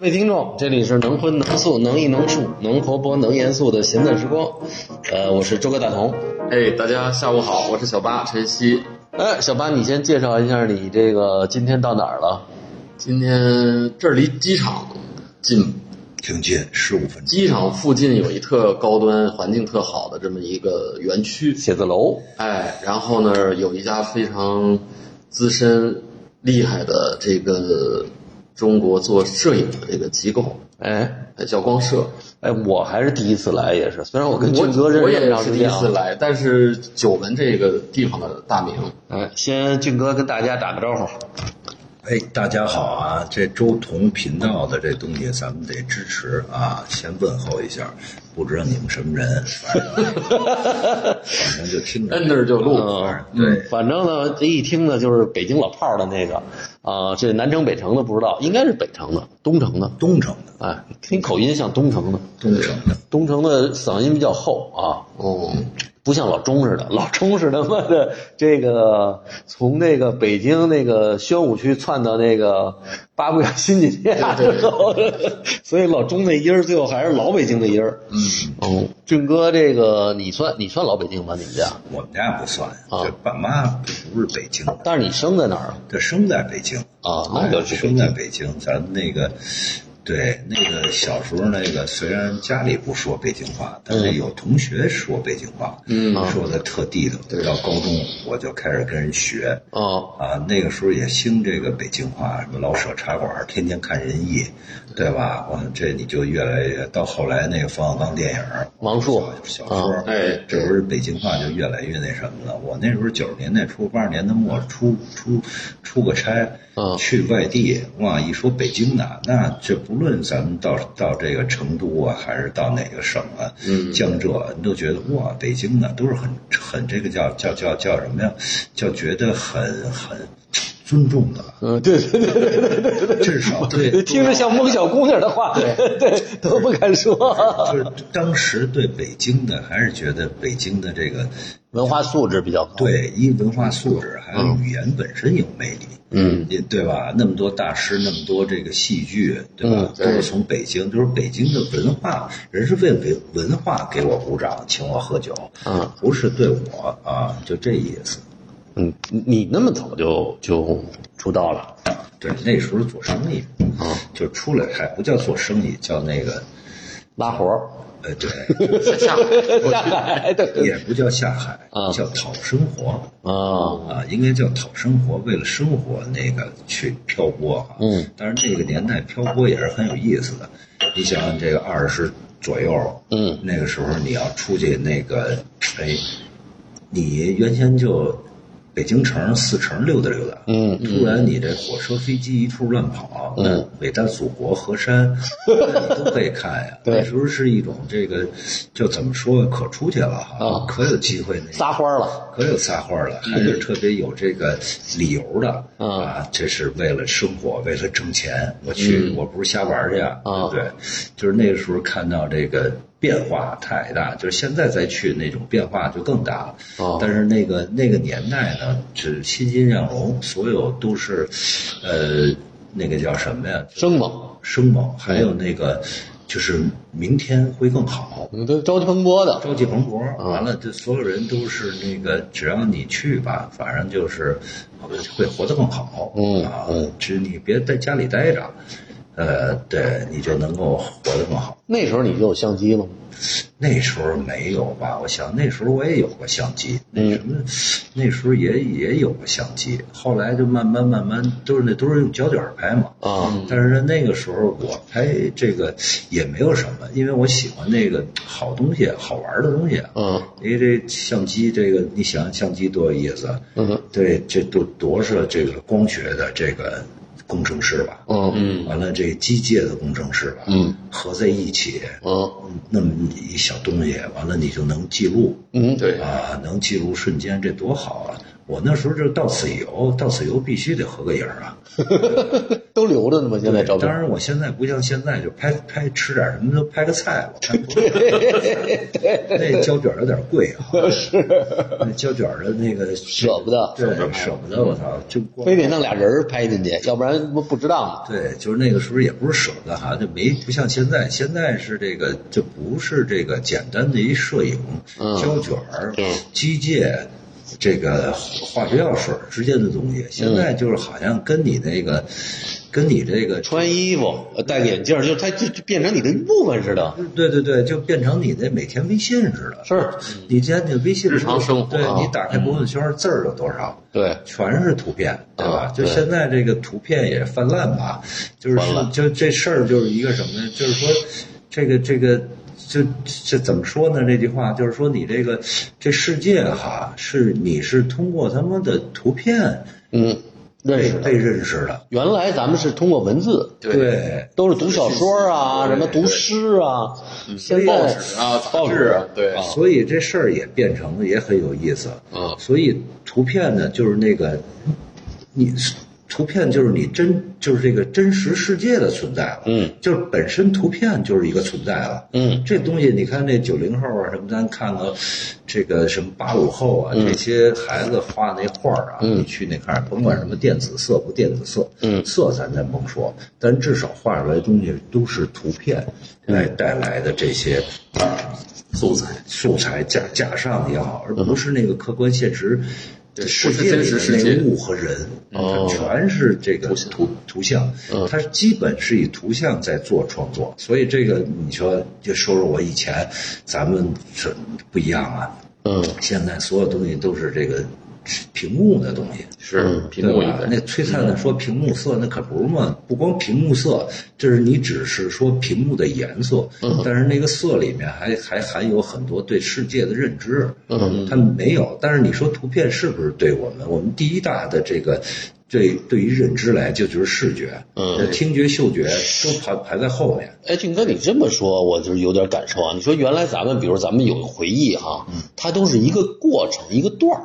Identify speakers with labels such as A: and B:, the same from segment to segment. A: 各位听众，这里是能荤能素能艺能术能活泼能严肃的闲淡时光，呃，我是周哥大同。
B: 哎，大家下午好，我是小八晨曦。
A: 哎，小八，你先介绍一下你这个今天到哪儿了？
B: 今天这儿离机场近，
C: 挺近，十五分钟。
B: 机场附近有一特高端、环境特好的这么一个园区。
A: 写字楼。
B: 哎，然后呢，有一家非常资深、厉害的这个中国做摄影的这个机构，
A: 哎
B: 哎叫光摄。
A: 哎，我还是第一次来，也是，虽然我跟俊哥
B: 我
A: 认
B: 我
A: 识这
B: 也
A: 么长
B: 是
A: 时
B: 第一
A: 间啊
B: 次。来，但是久闻这个地方的大名。
A: 哎，先俊哥跟大家打个招呼。
C: 哎，大家好啊！这周彤频道的这东西，咱们得支持啊！先问候一下，不知道你们什么人，反正反正就听着。
B: 摁那儿就录
A: 嗯，
C: 对，
A: 反正呢，这一听呢就是北京老炮儿的那个，啊、这南城北城的不知道，应该是北城的，东城的，
C: 东城的，
A: 哎，听口音像东城的，
C: 东城的，
A: 东城的嗓音比较厚啊，
B: 哦，
A: 不像老钟似的，老钟是他妈的这个从那个北京那个宣武区窜到那个八部园新几内亚之后，所以老钟那音儿最后还是老北京的音儿。嗯，哦，俊哥，这个你算你算老北京吧，你们家，
C: 我们家不算，
A: 啊
C: 这爸妈不是北京的，
A: 但是你生在哪儿啊？
C: 这生在北京，
A: 啊，那就是北
C: 生在
A: 京。
C: 北京。咱们那个，对，那个小时候那个，虽然家里不说北京话，但是有同学说北京话，
B: 嗯
C: 说的特地道。到高中我就开始跟人学。
A: 哦，
C: 啊，那个时候也兴这个北京话，什么老舍茶馆，天天看人艺，对吧？我这你就越来越到后来那个冯小刚电影儿，
A: 王朔
C: 小小说，
B: 哎
C: 这不是北京话就越来越那什么了。我那时候九十年代初、八十年代末出出出个差，
A: 嗯
C: 去外地，哇，一说北京的，那这不论咱们到到这个成都啊，还是到哪个省啊，
B: 嗯
C: 江浙，你都觉得哇，北京的都是很很这个叫叫叫叫什么呀？叫觉得很很尊重的吧，
A: 嗯，对对对对对对对
C: 至少对
A: 对，听着像蒙小姑娘的话， 对，都不敢说。
C: 就是当时对北京的还是觉得北京的这个
A: 文化素质比较高。，
C: 对，一文化素质，还有语言本身有魅力，
A: 嗯，
C: 也对吧？那么多大师，那么多这个戏剧，对
A: 嗯
C: 吧？
B: 对
C: 都是从北京，就是北京的文化，人是为文文化给我鼓掌，请我喝酒，
A: 嗯，
C: 不是对我啊，就这意思。
A: 嗯，你你那么早就就出道了？
C: 对，那时候做生意，
A: 嗯
C: 就出来还不叫做生意，叫那个，
A: 拉活儿，
C: 呃，对，
B: 下
A: 下海哎对
C: 也不叫下海
A: 啊，
C: 叫讨生活。
A: 啊，
C: 啊，应该叫讨生活，为了生活那个去漂泊哈。
A: 嗯，
C: 但是那个年代漂泊也是很有意思的。你想想，这个二十左右，
A: 嗯，
C: 那个时候你要出去那个，哎，你原先就北京城四城溜达溜达，
A: 嗯
C: 突然你这火车飞机一处乱跑，
A: 嗯
C: 那伟大祖国河 山，那你都可以看呀。
A: 对
C: 那时候是一种这个，就怎么说，可出去了哈，
A: 啊
C: 可有机会那 个
A: 撒欢儿了，
C: 可有撒欢儿了，还是特别有这个理由的、
A: 嗯
C: 啊！这是为了生活，为了挣钱，我
A: 嗯
C: 去，我不是瞎玩儿去啊，
A: 啊
C: 对不对？就是那个时候看到这个变化太大，就是现在再去那种变化就更大了。
A: 哦
C: 但是那个那个年代呢，就是欣欣向荣，所有都是，呃，那个叫什么呀？
A: 生嗯猛，
C: 生猛，还有那个就是明天会更好。
A: 你嗯都朝气蓬勃的。
C: 朝气蓬勃，
A: 啊
C: 完了，这所有人都是那个，只要你去吧，反正就是呃会活得更好。
A: 嗯
C: 啊
A: 嗯，
C: 只你别在家里待着，呃，对你就能够活得更好。
A: 那时候你就有相机了吗？
C: 那时候没有吧？我想那时候我也有过相机，
A: 嗯
C: 那什么，那时候也也有过相机，后来就慢慢慢慢都是那都是用胶卷拍嘛。
A: 啊，
C: 但是那个时候我拍这个也没有什么，因为我喜欢那个好东西、好玩的东西。啊
A: 嗯
C: 因为这相机这个，你想相机多有意思啊，
A: 嗯
C: 对，这多多少这个光学的这个工程师吧，
A: 嗯
B: 嗯
C: 完了这机械的工程师吧，
A: 嗯，
C: 合在一起，
A: 嗯
C: 那么一小东西，完了你就能记录
A: 嗯，
B: 对，
C: 啊，能记录瞬间，这多好啊！我那时候就到此一游，到此一游必须得合个影儿啊。
A: 都留着呢嘛，现在照
C: 当
A: 片。
C: 然，我现在不像现在，就拍拍吃点什么都拍个菜 了。拍不那胶卷儿有点贵啊，是那胶卷儿的那个
A: 舍不得
C: 对，舍不得，我操，就光
A: 非得弄俩人儿拍进去，要不然他妈不值当嘛。
C: 对，就是那个时候也不是舍得哈，就没不像现在，现在是这个就不是这个简单的一摄影、
A: 嗯
C: 胶卷儿
A: 对、
C: 机械。这个化学药水儿之间的
A: 嗯
C: 东西，现在就是好像跟你那个，跟你这个
A: 穿衣服、呃戴个眼镜儿，就它就就变成你的一部分似的。
C: 对对对，就变成你那每天微信似的。
A: 是，
C: 你今天你微信
B: 日常生活
C: 对
B: 啊
C: 你打开朋友圈字儿有多少？
A: 对，
C: 全是图片，对吧
A: 啊？
C: 就
A: 对
C: 现在这个图片也泛滥吧，就是
A: 泛滥
C: 就这事儿就是一个什么呢？就是说，这个这个。就这怎么说呢？这句话就是说，你这个这世界哈，是你是通过他妈的图片
A: 嗯，认
C: 被
A: 识的。
C: 被认识的，
A: 原来咱们是通过文字，
C: 对，
A: 都是读小说啊，什
B: 对
A: 么读诗啊。现
B: 报
A: 在
B: 纸啊，杂
A: 报
B: 志
A: 纸
B: 啊，对，
C: 所以这事儿也变成了也很有意思。
A: 嗯
C: 所以图片呢，就是那个你图片就是你真就是这个真实世界的存在了。
A: 嗯，
C: 就是本身图片就是一个存在了。
A: 嗯，
C: 这东西你看那九零后啊什么，咱看看这个什么八五后
A: 嗯
C: 啊、这些孩子画那画儿啊，你去那看儿，甭管什么电子色不电子色，
A: 嗯
C: 色咱咱甭说，但至少画出来的东西都是图片
A: 嗯
C: 来带来的这些
B: 素材。
C: 素材假假上也好，而不是那个客观现实。
B: 嗯对
C: 世
B: 不是
C: 界
B: 真
C: 里
B: 实
C: 的
B: 世
C: 那
B: 界哦
C: 个物和人，它全是这个图图像，
B: 嗯
C: 它基本是以图像在做创作，所以这个你说就说说我以前咱们是不一样啊，
A: 嗯，
C: 现在所有东西都是这个屏幕的东西，
B: 是屏幕
C: 对
B: 一
C: 吧？
B: 个
C: 那璀璨的说屏幕色，那可不是嘛！不光屏幕色，这是你只是说屏幕的颜色，但是那个色里面还还含有很多对世界的认知。嗯，它没有。但是你说图片是不是对我们？我们第一大的这个。对，对于认知来，就就是视觉，嗯，听觉、嗅觉都排排在后面。
A: 哎，俊哥，你这么说，我就是有点感受啊。你说原来咱们，比如咱们有回忆哈，
C: 嗯
A: 它都是一个过程，一个段儿。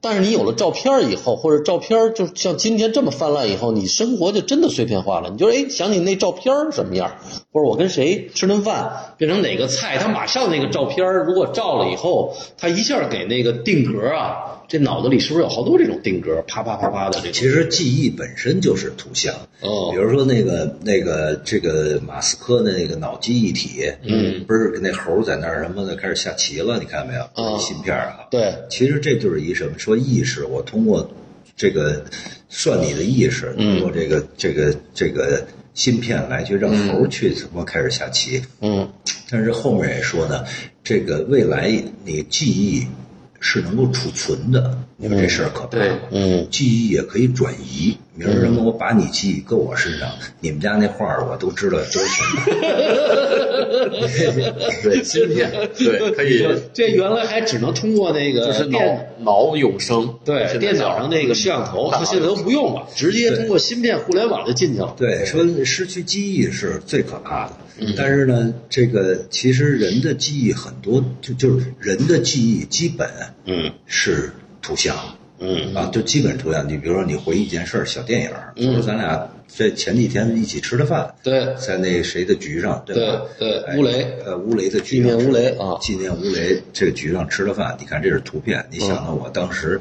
A: 但是你有了照片儿以后，或者照片儿就像今天这么泛滥以后，你生活就真的碎片化了。你就哎想起那照片儿什么样儿，或者我跟谁吃顿饭，变成哪个菜，他马上那个照片儿如果照了以后，他一下给那个定格啊，这脑子里是不是有好多这种定格，啪啪啪啪的这种？
C: 其实记忆本身就是图像，
A: 哦
C: 比如说那个那个这个马斯克的那个脑机一体，嗯，不是跟那猴在那儿什么的开始下棋了，你看没有？
A: 嗯
C: 芯片儿啊，
A: 对，
C: 其实这就是一什么说意识，我通过这个算你的意识，通
A: 嗯
C: 过这个这个这个芯片来去让猴去他妈开始下棋，
A: 嗯
C: 但是后面也说呢，这个未来你记忆是能够储存的，你说这事儿可怕。
B: 对
A: 嗯
C: 记忆也可以转移。明儿什么，我把你记忆搁我身上，你们家那画儿我都知道都是什么。对，
B: 芯片，对，可以，
A: 这原来还只能通过那个
B: 就是脑
A: 电
B: 脑永生，现
A: 对，
B: 在
A: 电脑
B: 叫
A: 上那个摄像头，
B: 大
A: 它现在都不用了，直接通过芯片互联网就进去了。
C: 对，说失去记忆是最可怕的。
A: 嗯
C: 但是呢，这个其实人的记忆很多，就就是人的记忆基本
A: 嗯
C: 是图像。
A: 嗯
C: 啊，就基本图像。你比如说，你回忆一件事儿，小电影儿，就是咱俩这前几天一起吃的饭，
A: 对
C: 在那谁的局上，对吧？
A: 对对
C: 哎
A: 乌雷
C: 呃，乌雷的局
A: 纪念
C: 上吃
A: 乌雷啊
C: 纪念乌雷这个局上吃的饭。你看这是图片，你想
A: 嗯
C: 到我当时，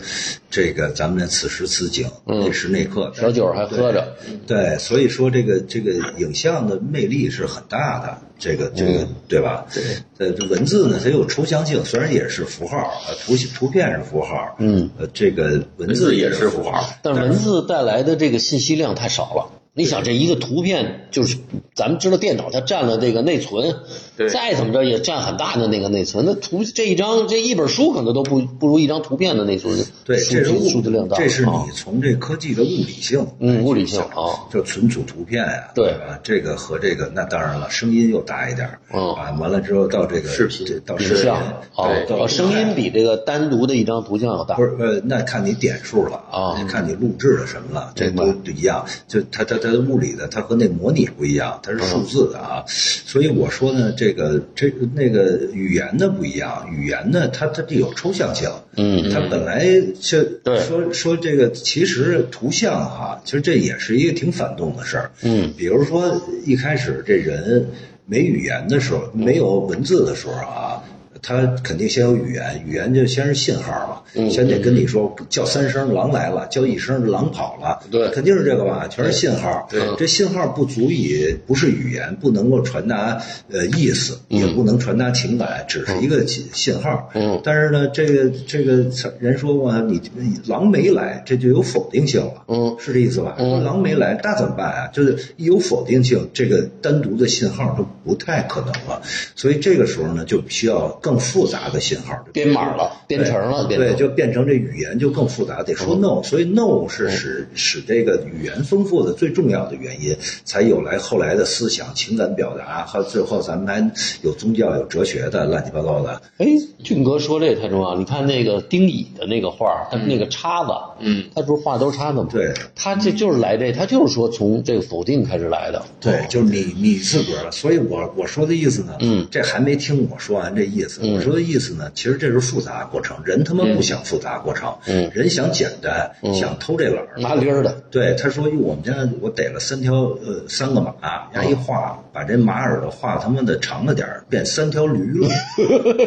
C: 这个咱们的此时此景，那时那刻，
A: 嗯小酒还喝着
C: 对，对，所以说这个这个影像的魅力是很大的，这个这个、
A: 嗯
C: 对吧？对，呃，这文字呢，它有抽象性，虽然也是符号，呃，图形图片是符号，
A: 嗯，
C: 呃，这个文
B: 文字
C: 字
B: 也是
C: 符
B: 符
C: 号
B: 号，
A: 但文字带来的这个信息量太少了。你想，这一个图片就是咱们知道电脑它占了这个内存，
B: 对
A: 再怎么着也占很大的那个内存。那图这一张这一本书可能都不不如一张图片的内存，
C: 对，
A: 数
C: 这是
A: 据
C: 物
A: 数据量大。
C: 这是
A: 啊
C: 你从这科技的物理性，
A: 嗯物理性啊，
C: 就存储图片呀、
A: 对
C: 吧？这个和这个那当然了，声音又大一点儿，
A: 嗯
C: 啊，完了之后到这个
B: 视频
C: 这到视
A: 影
C: 频
A: 像啊
C: 对，到
A: 哦声音比这个单独的一张图像要大
C: 不。是呃，那看你点数了
A: 啊
C: 看你录制了什么了，这
A: 明白
C: 都一样。就它它它它物理的，它和那模拟不一样，它是数
A: 嗯
C: 字的啊。所以我说呢，这个这那个语言的不一样，语言呢，它它有抽象性。
D: 嗯，
C: 它本来就
D: 对
C: 说说这个，其实图像哈、其实这也是一个挺反动的事儿。
D: 嗯，
C: 比如说一开始这人没语言的时候，没有文字的时候啊，他肯定先有语言，语言就先是信号嘛，
D: 嗯
C: 先得跟你说叫三声狼来了，叫一声狼跑了，
A: 对
C: 肯定是这个吧，全是信号。对，这信号不足以不是语言，不能够传达呃意思，
D: 嗯
C: 也不能传达情感，只是一个信信号。
A: 嗯
C: 但是呢，这个这个人说过，你狼没来，这就有否定性了。
A: 嗯
C: 是这意思吧？说狼没来，那怎么办啊？就是一有否定性，这个单独的信号就不太可能了。所以这个时候呢，就需要更复杂的信号，
A: 编码了，编程了，变
C: 对，
A: 成嗯
C: 就变成这语言就更复杂，得说 no，、所以 no 是使使这个语言丰富的最重要的原因，才有来后来的思想、情感表达，还有最后咱们还有宗教、有哲学的乱七八糟的。
D: 哎，俊哥说这太重要。你看那个丁乙的那个画，他那个叉子，
A: 嗯，
D: 他不是画都是叉子吗？
C: 对，
D: 他这就是来这，他就是说从这个否定开始来的。
C: 哦对，就是你你自个儿，所以我我说的意思呢，嗯，这还没听我说完这意思。我说的意思呢，其实这是复杂过程，人他妈不想复杂过程，嗯，人想简单，想偷这懒儿。
D: 麻溜儿的，
C: 对，他说：“哟，我们家我逮了三条呃三个马，压一画，把这马耳朵画他妈的长了点儿，变三条驴 了。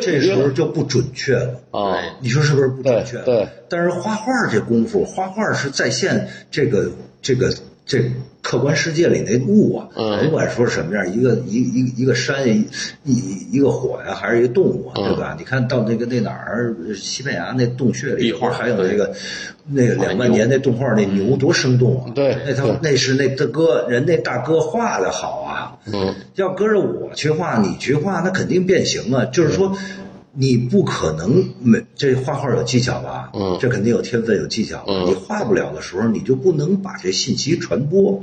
C: 这时候就不准确了。
D: 啊，
C: 你说是不是不准确？
D: 对对。
C: 但是画画这功夫，画画是再现这个这个这客观世界里那物啊，
D: 嗯
C: 甭管说什么样，一个一一一个山一一一个火呀、还是一个动物、啊，
D: 嗯
C: 对吧？你看到那个那哪儿西班牙那洞穴里，
A: 壁画
C: 还有那个那个两万年那动画那牛多生动啊！
D: 嗯对
C: 那他
D: 对
C: 那是那大哥人那大哥画的好啊，
D: 嗯，
C: 要搁着我去画，你去画，那肯定变形啊。就是说，
D: 嗯
C: 你不可能每这画画有技巧吧？
D: 嗯
C: 这肯定有天分有技巧。
D: 嗯
C: 你画不了的时候，你就不能把这信息传播，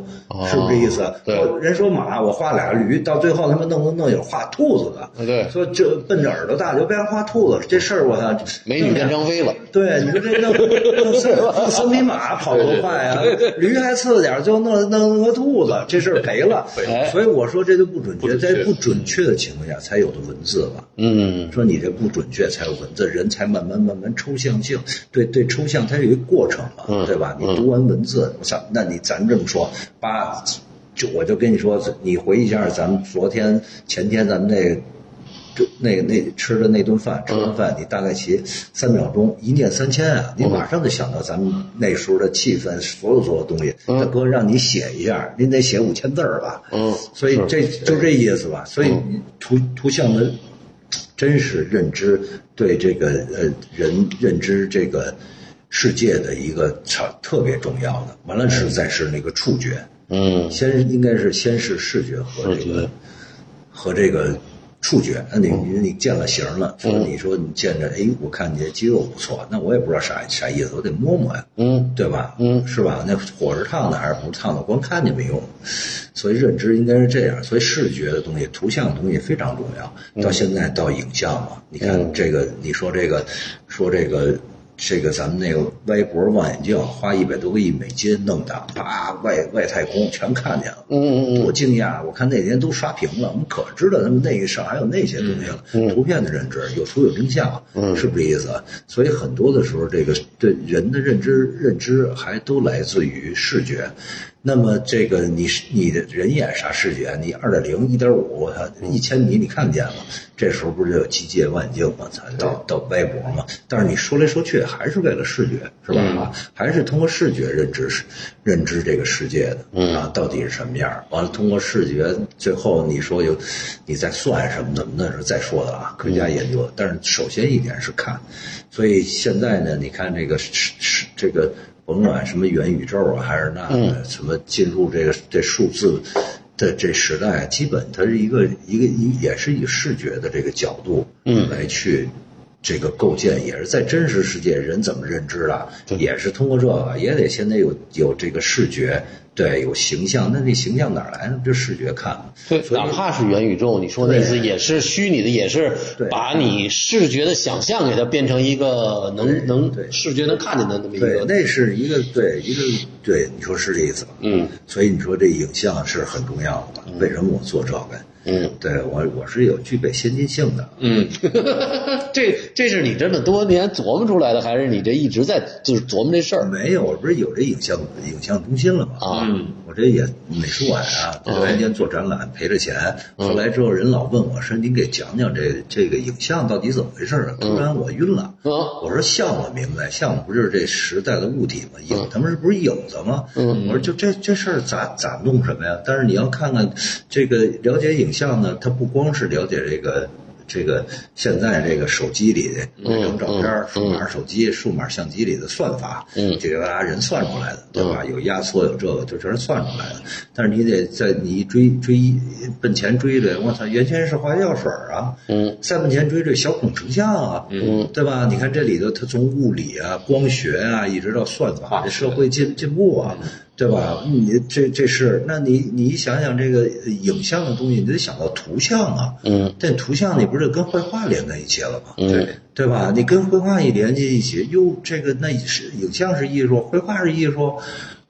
C: 是不是这意思？
D: 哦对
C: 我人说马，我画俩驴，到最后他妈弄弄弄有画兔子的。
D: 对，
C: 说这奔着耳朵大就变画兔子，这事儿我操，
D: 美女变张飞了，
C: 对，你说这弄弄三弄三匹马跑多快啊！驴还次点儿，就弄弄个兔子，这事儿赔了。
D: 了
C: 所以我说这就不准
A: 不
C: 确，
A: 准确
C: 在不准确的情况下才有的文字吧。
D: 嗯，
C: 说你这不准确才有文字，人才慢慢慢慢抽象性，对对，抽象它有一个过程嘛，对吧？你读完文字，我操，那你咱这么说，八，就我就跟你说，你回忆一下咱们昨天前天咱们那个。就那那吃的那顿饭，吃完饭你大概骑三秒钟，一念三千啊，你马上就想到咱们那时候的气氛，所有所有东西。大哥让你写一下，您得写五千字儿吧？
D: 嗯
C: 所以这就这意思吧。所以图图像的真实认知对这个呃人认知这个世界的一个特特别重要的，完了是再是那个触觉，
D: 嗯，
C: 先应该是先是视觉和这
D: 视
C: 个和这个触觉。那你
D: 嗯
C: 你见了形了，说你说你见着，哎，我看你这肌肉不错，那我也不知道啥啥意思，我得摸摸呀，
D: 嗯，
C: 对吧？
D: 嗯
C: 是吧？那火是烫的还是不是烫的，光看见没用。所以认知应该是这样，所以视觉的东西、图像的东西非常重要。到现在到影像嘛，你看这个，你说这个，说这个。这个咱们那个歪脖望远镜花一百多个亿美金弄的，啪外外太空全看见了，
D: 嗯嗯
C: 多惊讶！我看那天都刷屏了，我们可知道他们那个上还有那些东西了。图片的认知有图有真相，是不是这意思？啊所以很多的时候，这个对人的认知认知还都来自于视觉。那么这个你是你的人眼啥视觉？啊你二点零、一点五，我操，一千米你看见了，这时候不是就有机械望远镜嘛，咱到到歪脖嘛。但是你说来说去还是为了视觉，是吧？啊还是通过视觉认知是认知这个世界的，啊，到底是什么样儿？完了，通过视觉，最后你说有，你再算什么怎么那是再说的啊，科学家研究。但是首先一点是看，所以现在呢，你看这个是是这个，甭管什么元宇宙啊，还是那个什么进入这个这数字。的这时代，基本它是一个一个一也是以视觉的这个角度，嗯，来去这个构建也是在真实世界人怎么认知的，也是通过这个，也得现在有有这个视觉，对，有形象。那这形象哪儿来呢？就视觉看的。
D: 对，哪怕是元宇宙，你说那是也是虚拟的，也是
C: 对
D: 把你视觉的想象给它变成一个能能
C: 对
D: 视觉能看见的那么一
C: 对，
D: 个，
C: 那是一个对一个对，你说是这意思吧？
D: 嗯
C: 所以你说这影像是很重要的，为什么我做这个？
D: 嗯。
C: 对我我是有具备先进性的，
D: 嗯，这这是你真的多年琢磨出来的，还是你这一直在就是琢磨这事儿
C: 没有，我不是有这影像影像中心了吗？
D: 啊？嗯
A: 嗯
C: 我这也美术馆啊，这中间做展览赔了钱。后来之后，人老问我说：“您给讲讲这这个影像到底怎么回事
D: 嗯
C: 啊？”突然我晕了。
D: 啊，
C: 我说像我明白，像我不就是这时代的物体吗？有他们是不是有的吗？
D: 嗯
C: 我说就这这事儿咋咋弄什么呀？但是你要看看这个了解影像呢，它不光是了解这个这个现在这个手机里每张照片、数码手机、数码相机里的算法，
D: 嗯
C: 这个大家人算出来的，对吧？有压缩，有这个，就全是算出来的。但是你得在你一追追奔前追追，我操，原先是化学药水儿啊，
D: 嗯，
C: 再往前追追小孔成像啊，
D: 嗯，
C: 对吧？你看这里头，它从物理啊、光学啊，一直到算法，这社会进进步啊，
D: 嗯
C: 对吧？你这这是，那你你想想这个影像的东西，你得想到图像啊，
D: 嗯，
C: 这图像你不是跟绘画连在一起了吗？
D: 嗯
C: 对对吧？你跟绘画一连接一起，哟，这个那是影像是艺术，绘画是艺术。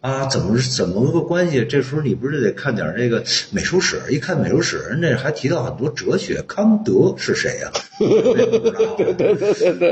C: 啊，怎么是怎么个关系？这时候你不是得看点这个美术史？一看美术史，人家还提到很多哲学。康德是谁 呀、我也不知道。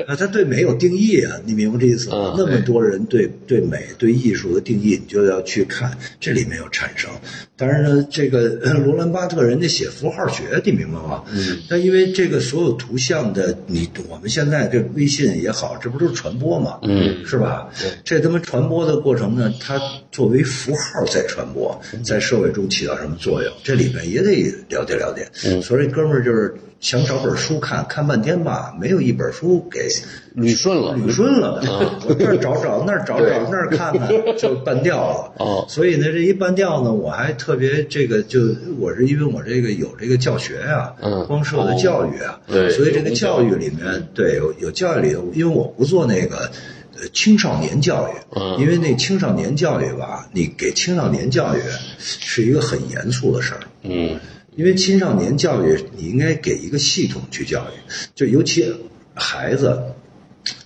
C: 啊，他对美有定义啊，你明白这意思吗？
D: 嗯
C: 那么多人对对美、对艺术的定义，你就要去看这里面有产生。当然呢，这个呃罗兰巴特人家写符号学，你明白吗？嗯，但因为这个所有图像的，你我们现在这微信也好，这不都是传播嘛？
D: 嗯，
C: 是吧？这他妈传播的过程呢，它作为符号在传播，在社会中起到什么作用？这里面也得了解了解。所以哥们儿就是想找本书看，看半天吧，没有一本书给
D: 捋顺了，
C: 捋顺了的。我这儿找找，那儿找
A: 对
C: 找，那儿看看，就半调了。
D: 哦
C: 所以呢，这一半调呢，我还特别这个，就我是因为我这个有这个教学啊，
D: 嗯
C: 光受的教育啊，
A: 对
C: 所以这个教育里面，对有有教育里，因为我不做那个。呃青少年教育，
D: 嗯
C: 因为那青少年教育吧，你给青少年教育是一个很严肃的事儿，
D: 嗯
C: 因为青少年教育，你应该给一个系统去教育，就尤其孩子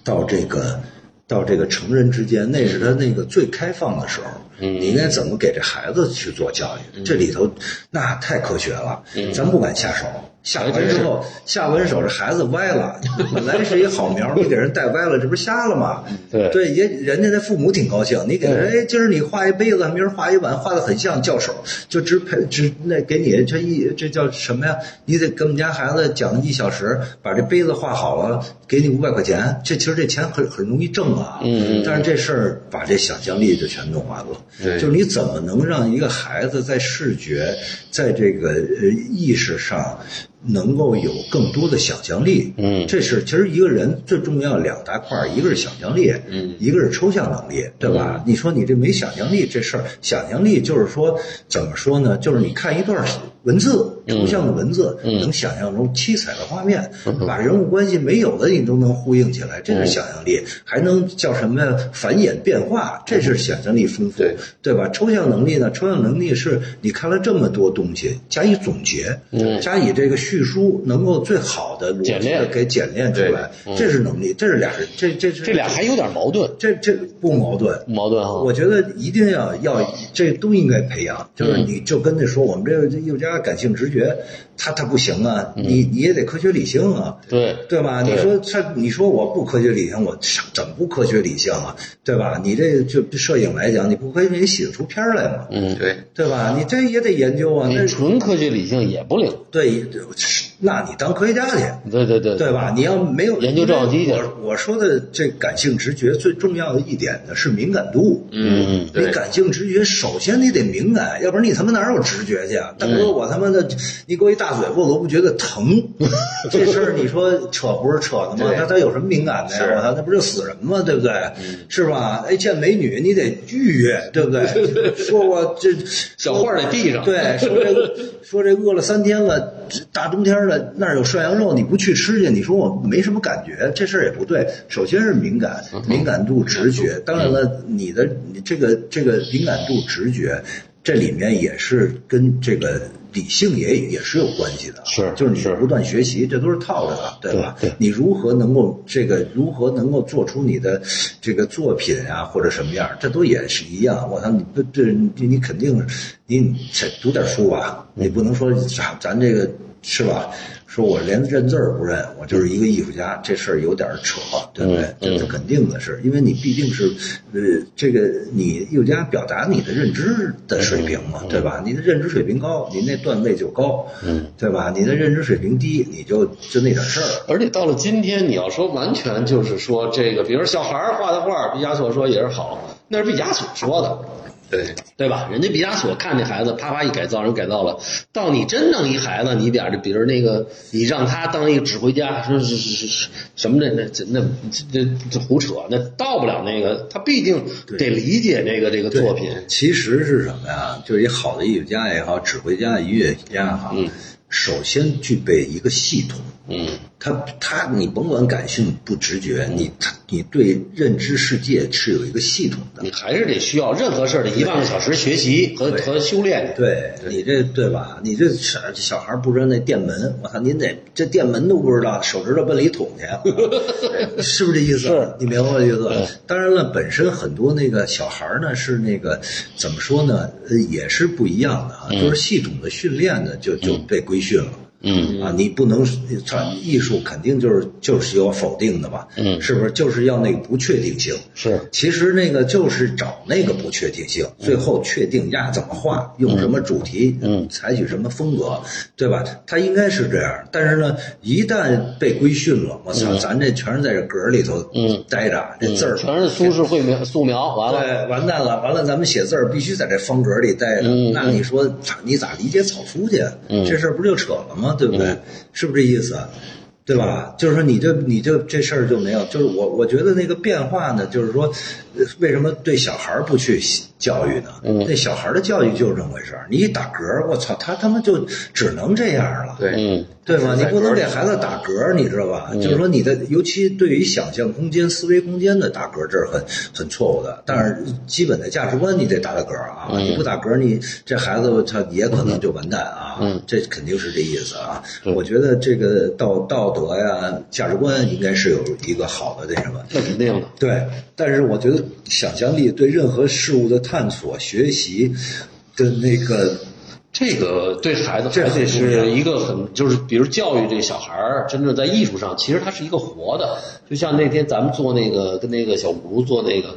C: 到这个到这个成人之间，那是他那个最开放的时候。你应该怎么给这孩子去做教育？这里头那太科学了，咱不敢下手。下完之后，下完手这孩子歪了， 本来是一好苗，你给人带歪了，这不是瞎了吗？
D: 对
C: 对，也人家那父母挺高兴，你给他，哎，今儿你画一杯子，明儿画一碗，画的很像，叫手，就只陪只那给你这一这叫什么呀？你得跟我们家孩子讲一小时，把这杯子画好了，给你五百块钱，这其实这钱很很容易挣啊。
D: 嗯嗯嗯
C: 但是这事儿把这想象力就全弄完了。
A: 对
C: 就是你怎么能让一个孩子在视觉，在这个呃意识上，能够有更多的想象力？
D: 嗯
C: 这是其实一个人最重要的两大块儿，一个是想象力，
A: 嗯
C: 一个是抽象能力，对吧？你说你这没想象力这事儿，想象力就是说怎么说呢？就是你看一段文字，抽象的文字，能想象出七彩的画面，
D: 嗯
C: 把人物关系没有的你都能呼应起来，这是想象力，还能叫什么呀？繁衍变化，这是想象力丰富，
A: 对
C: 对吧？抽象能力呢？抽象能力是你看了这么多东西，加以总结，加以这个叙述，能够最好的
D: 嗯简练嗯
C: 给简练出来，这是能力，这是俩人，这这是
D: 这俩还有点矛盾，
C: 这这不矛盾。
D: 矛盾哈。
C: 我觉得一定要要这都应该培
D: 嗯
C: 养，就是你就跟他说，我们这个艺术家感性直觉，他他不行啊，你你也得科学理性啊，
D: 对，
C: 对吧？
D: 嗯对
C: 你说他，你说我不科学理性，我怎么不科学理性啊？对吧？你这就摄影来讲，你不科学，你写得出片儿来吗？
D: 嗯，
A: 对
C: 对吧？你这也得研究啊，那
D: 你纯科学理性也不灵。
C: 对，那你当科学家去。
D: 对对对，
C: 对吧？你要没有
D: 研究照相机去
C: 我我说的这感性直觉最重要的一点呢是敏感度。
A: 嗯
C: 你
A: 对
C: 感性直觉，首先你得敏感，要不然你他妈哪有直觉去啊？大
A: 嗯
C: 哥，我他妈的，你给我一大嘴巴，我都不觉得疼。 这事儿你说扯不是扯的吗？
A: 对
C: 那他有什么敏感的呀
A: 是？嗯
C: 我操，那不就死人吗？对不对？是吧？哎，见美女你得愉悦，对 不对？说我这
D: 小画儿得递上
C: 对，说这说这饿了三天了，这大冬天边的那儿有涮羊肉，你不去吃去，你说我没什么感觉，这事儿也不对。首先是敏感，敏感度、直觉。当然了，你的你这个这个敏感度、直觉，这里面也是跟这个理性也也是有关系的。
D: 是
C: 就是你
D: 是
C: 不断学习，这都是套着的，对吧？
D: 对对
C: 你如何能够这个如何能够做出你的这个作品啊，或者什么样儿，这都也是一样。我操，你不这你你肯定你你这读点书吧，你不能说咱咱这个是吧？说我连认字儿不认，我就是一个艺术家，这事儿有点扯，对不对？这是肯定的是，因为你毕竟是呃，这个你艺术家表达你的认知的水平嘛，对吧？你的认知水平高，你那段位就高，嗯，对吧？你的认知水平低，你就就那点事儿。
A: 而且到了今天，你要说完全就是说这个，比如小孩儿画的画，毕加索说也是好，那是毕加索说的，
C: 对，
A: 对吧？人家毕加索看这孩子，啪啪一改造，人改造了。到你真弄一孩子，你点儿就比如那个，你让他当一个指挥家，说是是是什么这那这那这这这胡扯，那到不了那个。他毕竟得理解这个这个作品。
C: 其实是什么呀？就是一好的艺术家也好，指挥家、音乐家也好，首先具备一个系统。
A: 嗯，
C: 他他，你甭管感性不直觉，你他你对认知世界是有一个系统的。
A: 你还是得需要任何事儿得一万个小时学习和
C: 对
A: 和修炼。
C: 对你这对吧？你这小小孩不知道那电门，我操，您得这电门都不知道，手指头奔里捅去，是不是这意思？
D: 是
C: 你明白我的意思？当然了，本身很多那个小孩呢是那个怎么说呢，呃也是不一样的啊，就是系统的训练呢就就被规训了。
D: 嗯
C: 啊，你不能，操，艺术肯定就是就是要否定的嘛，
D: 嗯
C: 是不是？就是要那个不确定性，
D: 是
C: 其实那个就是找那个不确定性，最后确定呀怎么画，用什么主题，
D: 嗯
C: 采取什么风格，对吧？它应该是这样。但是呢，一旦被规训了，我操，咱这全是在这格儿里头
D: 嗯
C: 待着，这字儿
D: 全是苏式绘描素描，完了
C: 对，完蛋了，完了，咱们写字儿必须在这方格里待着。
D: 嗯
C: 那你说你咋理解草书去？这事儿不就扯了吗？对不对？是不是这意思？对吧？就是说，你就你就这事儿就没有，就是我我觉得那个变化呢，就是说，呃为什么对小孩儿不去教育呢？那小孩儿的教育就是这么回事儿。你一打嗝儿，我操，他他妈就只能这样了。
A: 对
D: 嗯
C: 对吧？你不能给孩子打嗝，你知道吧？就是说你的，尤其对于想象空间、思维空间的打嗝，这是很很错误的。但是基本的价值观你得打打嗝啊，你不打嗝，你这孩子他也可能就完蛋啊。这肯定是这意思啊。我觉得这个道道德呀、价值观应该是有一个好的那什么。
A: 那肯定的。
C: 对，但是我觉得想象力对任何事物的探索、学习跟那个
A: 这个对孩子
C: 这
A: 还得
C: 很重要
A: 是一个很，就是比如教育这个小孩儿，真正在艺术上，其实他是一个活的。就像那天咱们做那个跟那个小五做那个。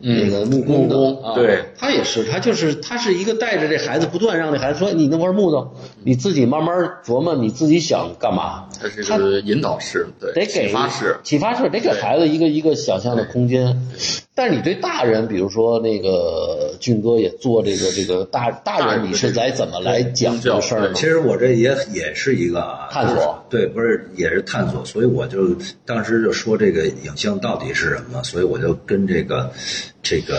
A: 那个木工的，啊、
B: 对，
A: 他也是，他就是他是一个带着这孩子，不断让这孩子说，你弄块木头，你自己慢慢琢磨，你自己想干嘛，他
B: 它是个引导式，对，
A: 得给
B: 启发式，
A: 启发式得给孩子一个一个想象的空间。但是你对大人，比如说那个俊哥也做这个这个大大
B: 大人
A: 人，
B: 的
A: 你是在怎么来讲这个事儿呢
B: 对
C: 其？实我这也也是一个啊
A: 探索，
C: 对，不是也是探索，所以我就当时就说这个影像到底是什么，所以我就跟这个这个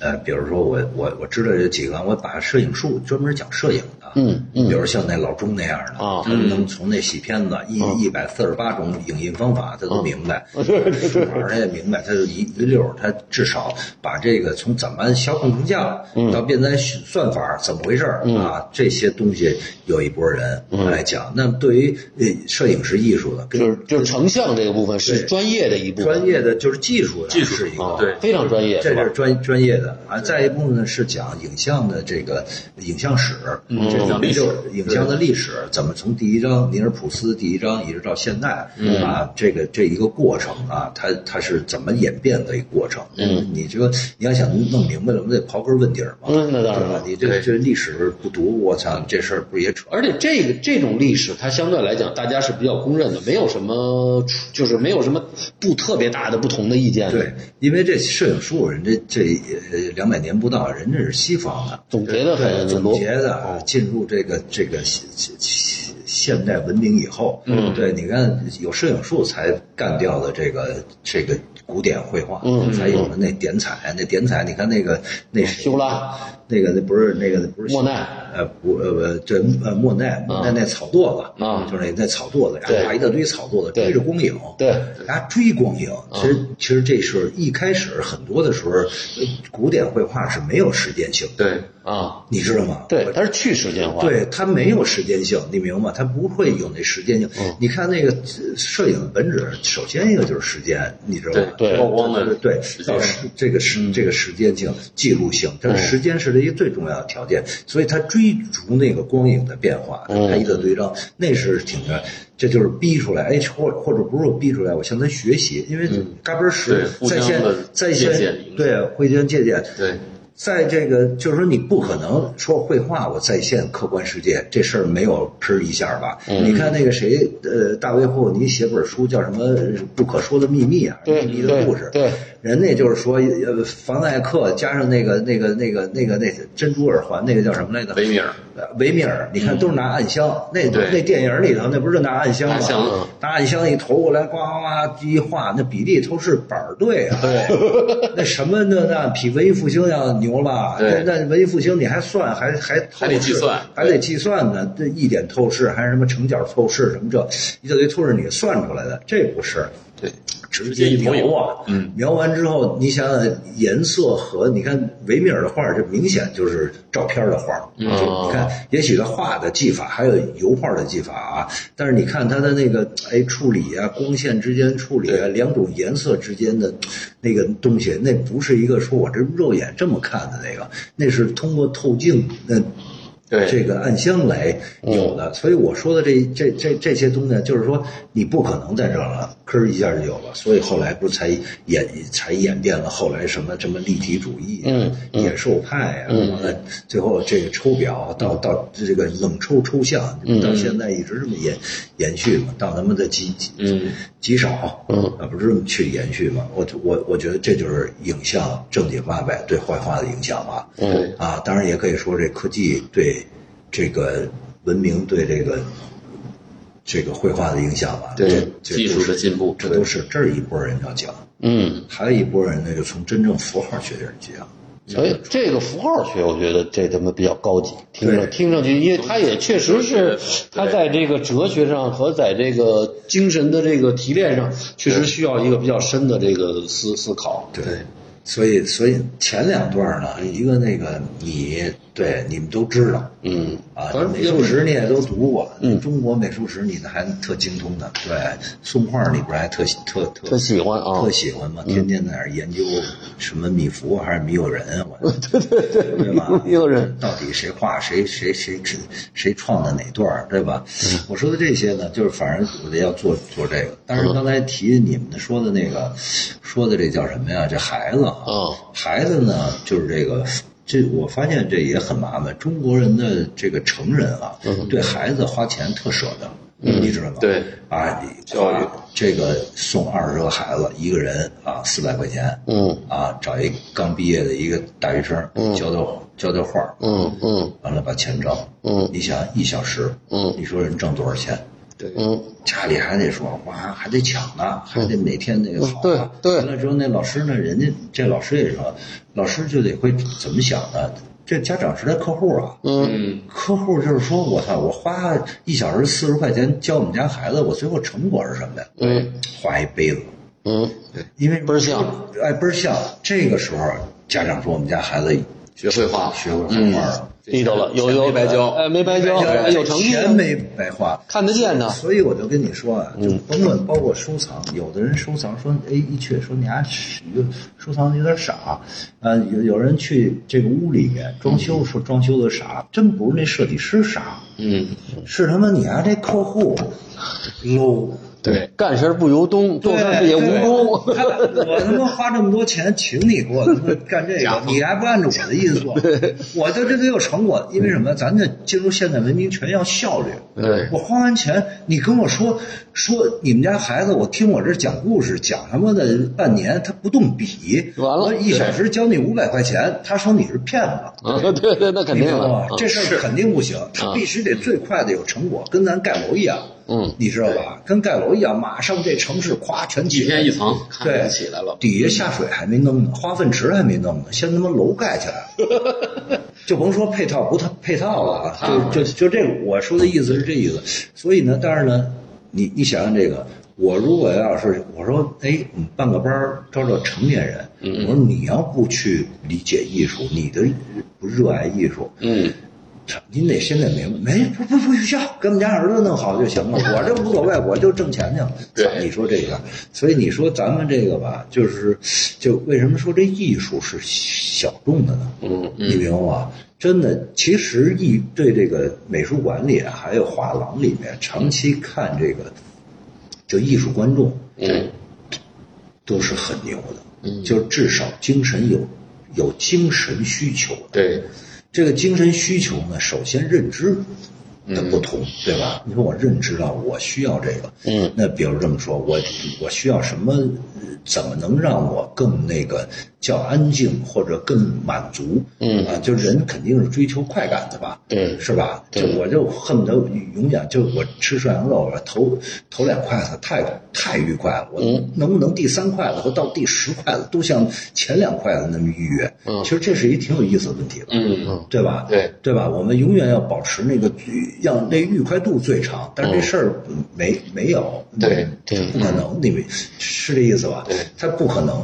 C: 呃，比如说我我我知道有几个，我把摄影术专门讲摄影的，
D: 嗯
C: 比如像那老钟那样的
D: 啊
C: 他能从那洗片子一一百四十八种影印方法，他都明白，数码他也明白，他就一一溜儿，他至少把这个从怎么小孔成像到变单算法怎么回事儿啊，这些东西有一波人来讲。那么对于呃摄影是艺术的，
D: 就
C: 跟
D: 是就是成像这个部分是
C: 对
D: 专业的一部分
C: 专业的就是技术上
B: 技术
C: 是
A: 哦
C: 一个
D: 啊，
B: 对
D: 非常专业，
C: 这
D: 是吧
C: 是专专业的啊。再一部分呢是讲影像的这个影像史，嗯这
B: 讲历史
C: 就是影像的历史怎么从第一章尼尔普斯第一章一直到现在、啊，这个这一个过程啊，它它是怎么演变的一个过程。嗯，你这个你要想弄明白了，我们得刨根问底儿嘛。
D: 嗯那当然
C: 对吧
D: 了
C: 你这
B: 对
C: 这历史不读，我操，这事儿不是也扯？
A: 而且这个这种历史，它相对来讲大家是比较公认的，没有什么出就是没有什么不特别大的不同的意见。
C: 对，，因为这摄影术，人家这呃两百年不到，人家是西方的，
D: 总结的
A: 呃
C: 对，
D: 很
C: 呃总
D: 罗
C: 结的啊进入这个这个现现现代文明以后，嗯，对，你看有摄影术才干掉的这个这
A: 嗯
C: 个古典绘画，嗯，才有了那点彩，那点彩，你看那个那谁
D: 修拉，
C: 那个那不是那个那不是
A: 莫奈，
C: 呃不呃不这呃莫奈莫奈那草垛子
A: 啊
C: 就是那那草垛子，然
A: 对
C: 后画一大堆草垛子
A: 对
C: 追着光影，
A: 对，嗯
C: 然后追光影。其实其实这是一开始很多的时候，呃古典绘画是没有时间性的，
B: 对，
A: 啊，
C: 你知道吗？
A: 对，它是去时间化，，
C: 对，它没有时间性，你明白吗？它不会有那时间性。
B: 嗯
C: 你看那个呃摄影的本质，首先一个就是时间，你知道吧？
A: 对对
B: 曝光的
C: 对
B: 时，间嗯
C: 到时这个时这个时间性、记录性，但是时间是它一个最重要的条件，所以它追逐那个光影的变化，
A: 嗯
C: 它一个对照，那是挺的。这就是逼出来，哎，或或者不是我逼出来，我向他学习，因为嘎嘣儿
B: 嗯对
C: 实
B: 互
C: 在
B: 相
C: 线
B: 的
C: 在
B: 借鉴
C: 线
B: 影响
C: 对互相借鉴，
B: 对，
C: 在这个就是说，你不可能说绘画我再现客观世界这事儿没有吃一下吧？你看那个谁，呃，大卫霍尼写本书叫什么《不可说的秘密》啊，
A: 对
C: 秘密的故事。
A: 对对
C: 人家就是说，呃，凡戴克加上那个那个那个那个那珍珠耳环，那个叫什么来着？
B: 维米尔，
C: 呃维米尔，你看都是拿暗箱，那
B: 对
C: 那电影里头那不是拿暗箱吗？
B: 拿箱嗯子
C: 拿暗箱一投过来，呱呱呱一画，那比例都是板儿对啊。对，那什么那那比文艺复兴要牛了吧？
B: 对
C: 那那文艺复兴你还算还还透视
B: 还得计算
C: 还得计算呢，这一点透视还是什么成角透视什么这一大堆透视你算出来的，这不是。
B: 对，
C: 直接描
B: 直接一投
C: 啊，嗯，描完之后，你想想颜色和你看维米尔的画，这明显就是照片的画，嗯，你看，也许他画的技法还有油画的技法啊，但是你看他的那个哎处理啊，光线之间处理啊，两种颜色之间的那个东西，那不是一个说我这肉眼这么看的那个，那是通过透镜那。
B: 对
C: 这个暗箱来有的，所以我说的这这这这些东西，就是说你不可能在这儿了，吭儿一下就有了，所以后来不是才演才演变了后来什么什么立体主义、啊、
A: 嗯
C: 野兽派啊，完了、最后这个抽表到到这个冷抽抽象，到现在一直这么延延续嘛，到他妈的极极极少，嗯啊，不是这么去延续嘛？我我我觉得这就是影像正经八百对绘画的影响吧，
A: 嗯，
C: 啊，当然也可以说这科技对这个文明对这个这个绘画的影响吧。
B: 对
C: 这
B: 技
C: 这都
B: 术的
C: 是
B: 进步
C: 这都是这儿一拨人要讲，
A: 嗯，
C: 还有一拨人呢，就从真正符号学的啊人讲。
A: 所以这个符号学，我觉得这他妈比较高级，听着
C: 对
A: 听上去，因为它也确实是它在这个哲学上和在这个精神的这个提炼上，确实需要一个比较深的这个思思考。
C: 对，所以所以前两段呢，一个那个你对你们都知道，
A: 嗯，
C: 啊
A: 当然，
C: 美术史你也都读过，嗯，中国美术史你还特精通的，对，宋画你不是还特特特
A: 特喜欢啊
C: 特喜欢嘛，天天在那儿研究什么米芾还是米友人啊，我 对对对，对吧？
D: 米友人
C: 到底谁画谁谁谁谁谁创的哪段儿，对吧？嗯我说的这些呢，就是反正我得要做做这个。但是刚才提你们说的那个，说的这叫什么呀？这孩子啊，
A: 啊
C: 孩子呢，就是这个，这我发现这也很麻烦。中国人的这个成人啊，对孩子花钱特舍得，你知道吗？
B: 对
C: 啊，你
B: 教育
C: 这个送二十个孩子，一个人啊四百块钱，
A: 嗯
C: 啊，找一刚毕业的一个大学生，教他教他画，
A: 嗯嗯
C: 完了把钱挣，
A: 嗯
C: 你想一小时，
A: 嗯
C: 你说人挣多少钱？
A: 嗯，
C: 家里还得说哇，还得抢呢，还得每天那个好、
A: 嗯
C: 啊
A: 对对
C: 完了之后，那老师呢，人家这老师也说，老师就得会怎么想呢？这家长是他客户啊，
B: 嗯，
C: 客户就是说我操，我花一小时四十块钱教我们家孩子，我最后成果是什么呀？
A: 对，
C: 画一杯子，
A: 嗯，
C: 因为
A: 倍儿像，
C: 哎，倍儿像。这个时候，家长说我们家孩子
B: 学绘画，
C: 学会画画了，
D: 地道了，有有
B: 没白交
D: 哎，没白
A: 嗯
D: 交，哎有成绩，
C: 钱没白花，
D: 看得见的。
C: 所以我就跟你说
A: 嗯
C: 啊，就甭管包括收藏，有的人收藏说，哎，一去说你丫、是有收藏有点傻，呃，有有人去这个屋里面装修说装修的傻，真不是那设计师傻，
B: 嗯，
C: 是他妈你丫、这客户 low。
D: 对，干事不由东，做事也无功。
C: 对对我他妈花这么多钱请你给我他妈干这个，你还不按照我的意思做？我就这得有成果，因为什么？咱这进入现代文明全要效率。
A: 对
C: 我花完钱，你跟我说说你们家孩子，我听我这讲故事讲他妈的半年，他不动笔，
D: 完了
C: 我一小时交你五百块钱，他说你是骗子。
D: 啊，对对，那肯
C: 你
D: 定
C: 知道吧
A: 嗯啊
D: 的。？
C: 这事儿肯定不行，他必须得最快的有成果，跟咱盖楼一样，
A: 嗯，
C: 你知道吧？跟盖楼一样，马上这城市夸全
B: 一
C: 起来
B: 天一层，看
C: 对，
B: 就起来了，
C: 底下下水还没弄呢，化粪池还没弄呢，先他妈楼盖起来了，就甭说配套不套配套了啊，就就就这个我说的意思是这意思。所以呢，但是呢，你你想想这个，我如果要是我说，哎，我们办个班儿招招成年人，我说你要不去理解艺术，你的不热爱艺术，
A: 嗯，
C: 操您得先得明白，没不不不需要，给我们家儿子弄好就行了，我这无所谓，我就挣钱去了。
B: 对
C: 操你说这个，所以你说咱们这个吧，就是就为什么说这艺术是小众的呢？
A: 嗯，
C: 你明白吗？啊真的，其实艺对这个美术馆里啊还有画廊里面，长期看这个就艺术观众，
A: 嗯，
C: 都是很牛的，嗯，就至少精神有有精神需求的，
B: 对，
C: 这个精神需求呢，首先认知的不同，对吧？你说我认知到我需要这个，嗯，那比如这么说，我我需要什么？呃怎么能让我更那个叫安静或者更满足？嗯啊，就人肯定是追求快感的吧？
A: 对
C: 是吧？就我就恨不得永远就我吃涮羊肉，我头头两筷子太太愉快了，我能不能第三筷子和到第十筷子都像前两筷子那么愉悦？嗯，其实这是一挺有意思的问题了，嗯，对吧？
B: 对
C: 对吧？我们永远要保持那个让那愉快度最长，但是这事儿没没有，
B: 对
A: 对
C: 不可能，你们是这意思吧？
B: 对，
C: 它不可能，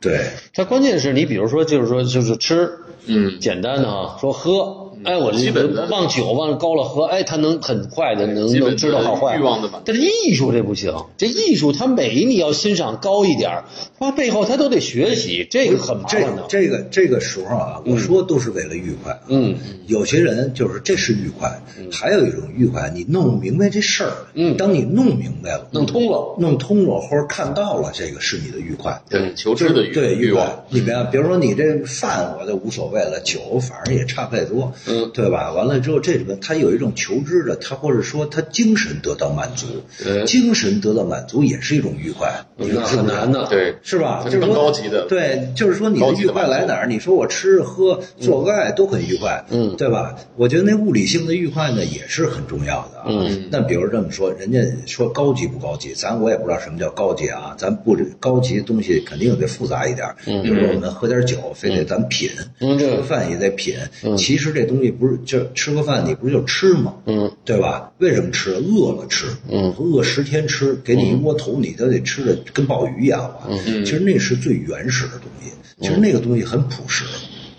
C: 对，
A: 它关键是你比如说，就是说就是吃，
B: 嗯
A: 简单的啊，说喝，哎，我
B: 基本的
A: 往酒往高了喝，哎，他能很快的能
B: 基本
A: 能知道好坏，
B: 欲望的满足
A: 但是艺术这不行，这艺术它美你要欣赏高一点儿，它背后它都得学习，这个很麻
C: 这
A: 烦的
C: 个。这个这个时候啊，我说都是为了愉快。啊
A: 嗯，
C: 有些人就是这是愉快，还有一种愉快，你弄明白这事儿。
A: 嗯
C: 当你弄明白了，
A: 弄通了。
C: 弄通了或者看到了，这个是你的愉快。
B: 对，求知的欲
C: 对
B: 欲
C: 望
B: 望，，
C: 你别比如说你这饭我就无所谓了，酒反正也差不太多，嗯，对吧？完了之后，这里面他有一种求知的，他或者说他精神得到满足，
B: 嗯
C: 精神得到满足也是一种愉快，你说
A: 那
C: 是不
A: 很
C: 是？
A: 难的，
B: 对，
C: 是吧？
B: 这
C: 就是是
B: 更
C: 说
B: 嗯高级的
C: 对，就是说你的
B: 高级
C: 愉
B: 的嗯
C: 快来哪儿？你说我吃喝做个爱都很愉快，
A: 嗯
C: 对吧？我觉得那物理性的愉快呢也是很重要的啊。
A: 嗯，
C: 那比如这么说，人家说高级不高级，咱我也不知道什么叫高级啊。咱不高级的东西肯定得复杂一点儿，
B: 嗯
C: 比如说我们喝点酒，非得咱品，
A: 嗯
C: 吃
A: 对
C: 个饭也得品。
B: 嗯
C: 其实这东西不是就吃个饭，你不是就吃吗？
A: 嗯，
C: 对吧？为什么吃？饿了吃，嗯，饿十天吃，给你一窝头，你都得吃的跟鲍鱼一样吧？嗯，其实那是最原始的东西，其实那个东西很朴实。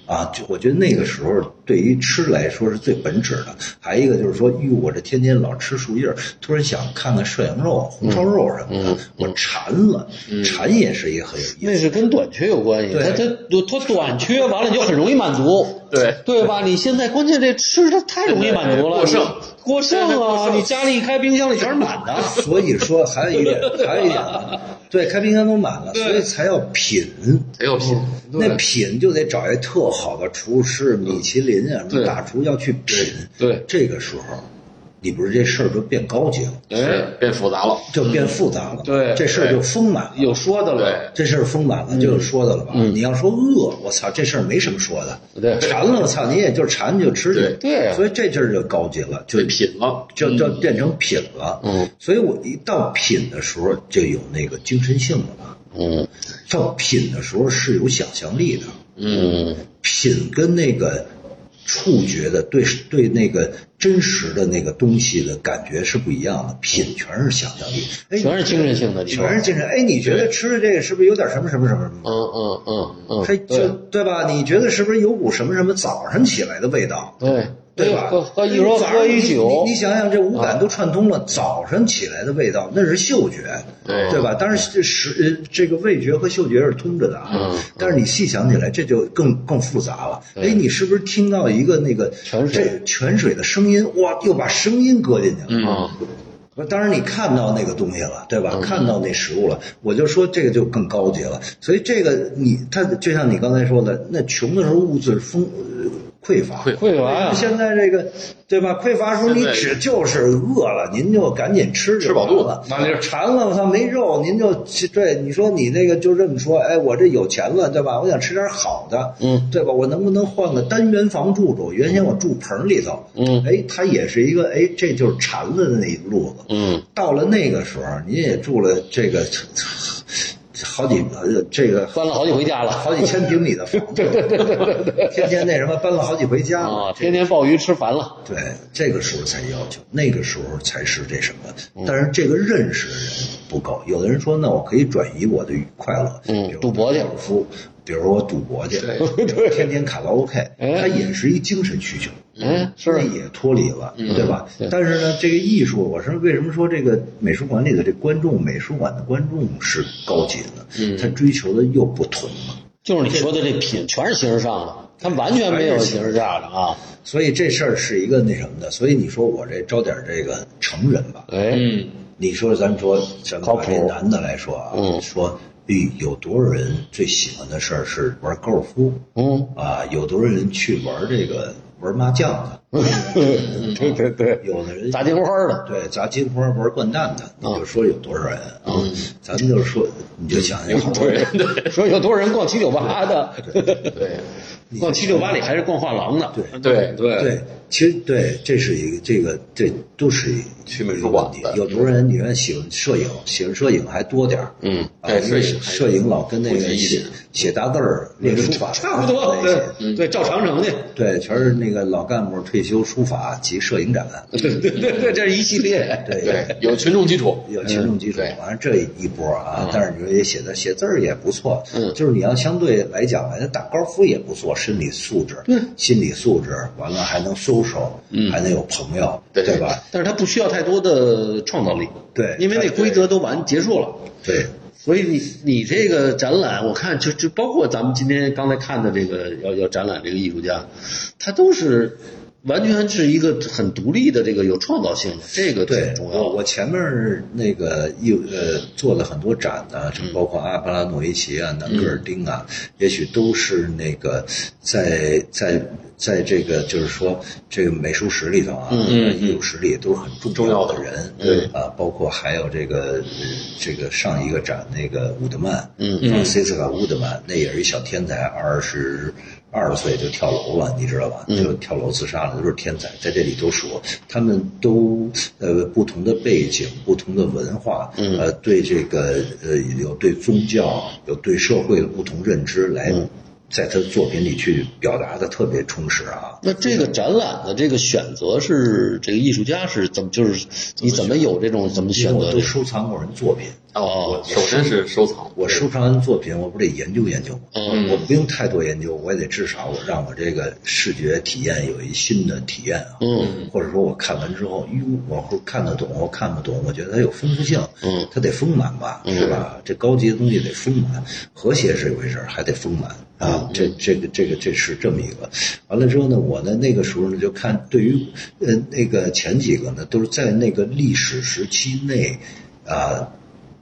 C: 啊，就我觉得那个时候对于吃来说是最本质的。还有一个就是说，哟，我这天天老吃树叶儿，突然想看看涮羊肉、啊红烧肉什么的，我馋了，馋也是一个很有意思。
A: 那是跟短缺有关系，
C: 对
A: 它它它短缺完了你就很容易满足，
B: 对
A: 对吧？你现在关键这吃它太容易满足了，
B: 过剩
A: 你过剩啊！你家里一开冰箱里全是满的，
C: 所以说，还有一点，还有一点啊，对，开冰箱都满了，所以才要品。
B: 很有品，
C: 那品就得找一特好的厨师，米其林啊，什么大厨要去品。
A: 对，
C: 这个时候，你不是这事儿就变高级了，
B: 是变复杂了，
C: 就变复杂了。
A: 嗯对
C: 这事儿就丰满了。
A: 有说的了，嗯
B: 对，
C: 这事儿丰满了就有说的了吧？你要说饿，我操，这事儿没什么说的。
A: 对
C: 馋了，我操，你也就馋就吃去。
A: 对对啊
C: 所以这阵儿就高级了，就
B: 对品了，
C: 就
A: 嗯
C: 就变成品了。嗯，所以我一到品的时候就有那个精神性了吧？
A: 嗯
C: 到品的时候是有想象力的。
A: 嗯，
C: 品跟那个触觉的对对那个真实的那个东西的感觉是不一样的，品全是想象力，哎，
A: 全是精神性的，你说，
C: 全是精神。哎，你觉得吃的这个是不是有点什么什么什么什么？
A: 嗯嗯嗯嗯，
C: 它就
A: 对
C: 对吧？你觉得是不是有股什么什么早上起来的味道？
A: 哦对
C: 对吧？
A: 喝喝一说
C: 早上
A: 喝一
C: 你
A: 酒
C: 你，你想想这五感都串通了，早上起来的味道那是嗅觉，
B: 对
C: 对吧？当然是是呃这个味觉和嗅觉是通着的啊，但是你细想起来，这就更更复杂了。哎，你是不是听到一个那个
A: 泉水
C: 这泉水的声音？哇，又把声音搁进去了。
A: 嗯
B: 啊
C: 不是当然你看到那个东西了，对吧？看到那食物了，我就说这个就更高级了。所以这个你，他就像你刚才说的，那穷的时候物质丰呃匮乏，
B: 匮乏
A: 会玩啊，
C: 现在这个对吧？匮乏时候，
B: 现
C: 你
B: 在
C: 只就是饿了，您就赶紧吃就
B: 吃饱
C: 完
B: 肚子
C: 了。完了，馋了，我操，没肉，您就对你说你那个就这么说，哎，我这有钱了，对吧？我想吃点好的，
A: 嗯，
C: 对吧？我能不能换个单元房住住？原先我住棚里头，
A: 嗯，
C: 哎，它也是一个，哎，这就是馋了的那一路子，
A: 嗯
C: 到了那个时候，您也住了这个。好几呃这个
A: 搬了好几回家了
C: 好几千平米的房子，对对对对对，天天那什么搬了好几回家了
A: 啊，天天鲍鱼吃烦了，
C: 对，这个时候才要求，那个时候才是这什
A: 嗯
C: 么。但是这个认识的人不够，有的人说，那我可以转移我的快乐，
A: 嗯
C: 比如
A: 赌博去
C: 高尔夫，比如说我赌博去，
B: 对
C: 比如说天天卡拉 OK，
A: 哎
C: 它也是一精神需求。
A: 哎，是嗯
C: 那也脱离了，对吧？但是呢，这个艺术，我是为什么说这个美术馆里的这观众，美术馆的观众是高级
A: 嗯
C: 的，他追求的又不同了。
A: 就是你说的这品，全是形式上的，它完全没有形式上的啊。
C: 所以这事儿是一个那什么的，所以你说我这招点这个成人吧，
A: 哎，
B: 嗯，
C: 你说咱们说咱们
D: 靠
C: 把
D: 谱
C: 这男的来说啊，
A: 嗯
C: 说哎有多少人最喜欢的事儿是玩高尔夫
A: 嗯，
C: 啊？有多少人去玩这个玩麻将的？
A: 嗯
D: 对对对，
C: 有的人
A: 砸金花的，
C: 对砸金花玩掼蛋的，你就说有多少人啊？咱们就是说，你就想想有好多人，
A: 说有多少人逛七九八的，
B: 对
A: 逛七九八里还是逛画廊的，
B: 对对，
C: 对，其实对，这是一个这个这都是一
B: 去美术馆
C: 一个
B: 的
C: 问题有多少人你愿意喜欢摄影，喜欢摄影还多点儿，嗯，啊，
B: 对
C: 因为
B: 哎摄影还
C: 摄影老跟那
B: 普
C: 个
B: 及一
C: 写
B: 点
C: 写大字儿、练书法
A: 差不多
C: 那些，
A: 对对，照长城去，
C: 对，全是那个老干部退休书法及摄影展，
A: 对对对对，这是一系列，
C: 对
B: 对，有群众基础，
C: 有群众基础，
B: 对
C: 完了这一波啊，但是你说也写的写字儿也不错，嗯，就是你要相对来讲，哎打高尔夫也不错，身体素质，心理素质，完了还能 social，嗯，还能有朋友，
B: 对
C: 对吧？
A: 但是它不需要太多的创造力，
C: 对
A: 因为那规则都完结束了。
C: 对，
A: 所以你你这个展览，我看就就包括咱们今天刚才看的这个要要展览这个艺术家，他都是完全是一个很独立的这个有创造性的，这个
C: 对
A: 挺，重
C: 我
A: 要的。
C: 我前面儿那个又呃做了很多展呢，
A: 嗯
C: 就包括阿巴拉诺维奇啊、南格尔丁啊，也许都是那个在在在这个就是说这个美术史里头
A: 嗯
C: 啊，艺术史里都是很重要的人，对啊，包括还有这个呃这个上一个展那个伍德曼，嗯嗯，c 斯卡伍德曼，那也是一小天才，二十。二十岁就跳楼了，你知道吧？就跳楼自杀了，都是天才，在这里都说，他们都呃不同的背景、不同的文化，呃，对这个呃有对宗教、有对社会的不同认知，来在他的作品里去表达的特别充实啊。
A: 那这个展览的这个选择是这个艺术家是怎么就是你怎么有这种怎么
C: 因为
A: 选
C: 我
A: 择
C: 都
A: 这个？
C: 收藏过人作品，
B: 哦，首先是收藏，
C: 我收藏人作品，我不得研究研究吗？
A: 嗯
C: 我不用太多研究，我也得至少我让我这个视觉体验有一新的体验啊。
A: 嗯，
C: 或者说我看完之后，哟，我会看得懂，我看不懂，我觉得它有丰富性，
A: 嗯，
C: 它得丰满吧，是吧？这高级的东西得丰满，和谐是一回事儿，还得丰满啊。
A: 嗯
C: 这这个这个这是这么一个。完了之后呢，我呢那个时候呢就看对于呃那个前几个呢都是在那个历史时期内啊。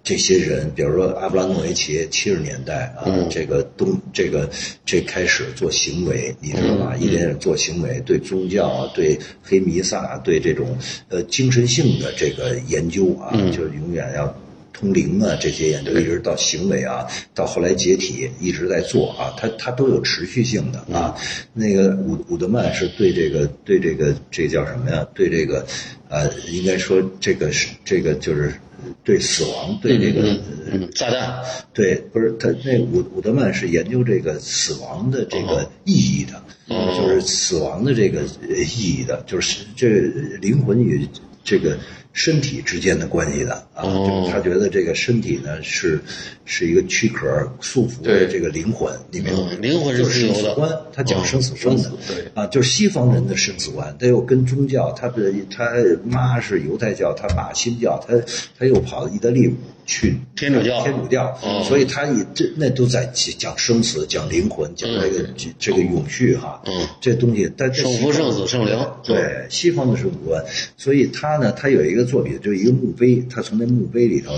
C: 这些人，比如说阿布拉诺维奇，七十年代啊，这个东这个这开始做行为，你知道吧？一点点做行为，对宗教啊，对黑弥撒，对这种呃精神性的这个研究啊，就是永远要。通灵啊，这些研究一直到行为啊，到后来解体，一直在做啊，它它都有持续性的啊。那个伍伍德曼是对这个对这个这叫什么呀？对这个呃，应该说这个是这个就是对死亡对这个、
A: 嗯，炸弹，
C: 对，不是他那伍伍德曼是研究这个死亡的这
A: 哦
C: 个意义的，就是死亡的这个呃意义的，就是这灵魂与这个身体之间的关系的啊。
A: 哦
C: 就是他觉得这个身体呢是是一个躯壳束缚的
B: 对
C: 这个灵魂，你明白吗？
A: 嗯灵魂是
C: 就是
A: 自由
C: 生死
A: 的哦
C: 观，他讲生死观的，
B: 对
C: 啊，就是西方人的生死观，他又跟宗教，他的他妈是犹太教，他爸新教，他他又跑到意大利去
A: 天主教哦
C: 天主教，所以他也这那都在讲生死，讲灵魂，讲这个、这这个永续哈，
A: 哦
C: 嗯，这东西，但这
A: 圣
C: 西
A: 父、
C: 方
A: 圣子、圣灵，
C: 对西方的生死观，所以他呢，他有一个作品，就是一个墓碑，他从那墓碑里头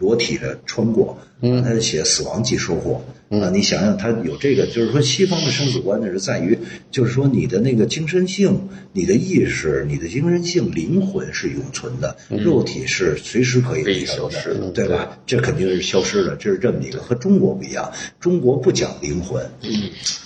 C: 裸体的穿过，嗯，他就写死亡即收获。
B: 嗯
C: 啊，你想想，他有这个，就是说西方的生死观呢，是在于，就是说你的那个精神性、你的意识、你的精神性、灵魂是永存的，肉体是随时可以
B: 可以
C: 那什么
B: 嗯消失的
C: 对吧？这肯定是消失的，这是这么一个，和中国不一样，中国不讲灵魂，嗯，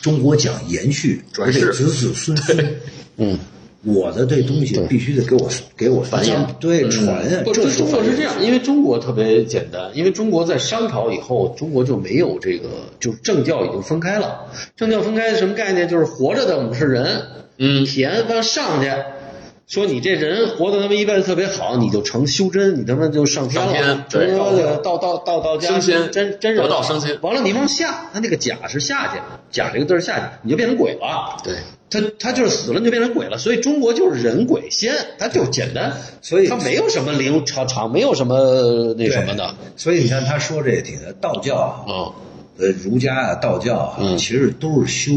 C: 中国讲延续，
B: 转世
C: 而且子子孙孙，嗯。我的这东西必须得给我给我
A: 繁衍，
C: 对传呀，
A: 不，
C: 这
A: 中
C: 是
A: 中国嗯
C: 繁
A: 是
C: 衍
A: 这样，因为中国特别简单，因为中国在商朝以后，中国就没有这个，就是政教已经分开了。政教分开是什么概念？就是活着的我们是人，
B: 嗯
A: 田往上去。说你这人活的他妈一辈子特别好，你就成修真，你他妈就上天了
B: 上天，
A: 成
B: 对
A: 他妈的道道道道家
B: 升仙
A: 真真人
B: 得道
A: 了
B: 升仙
A: 完了你往下，他那个甲是下去，甲这个字儿下去，你就变成鬼了。
B: 对，
A: 他他就是死了你就变成鬼了，所以中国就是人鬼仙，他就简单，
C: 所以
A: 他没有什么灵场场，没有什么那
C: 对
A: 什么的。
C: 所以你看他说这也挺道教啊，
A: 啊，
C: 呃，儒家啊、道教啊，
A: 嗯
C: 其实都是修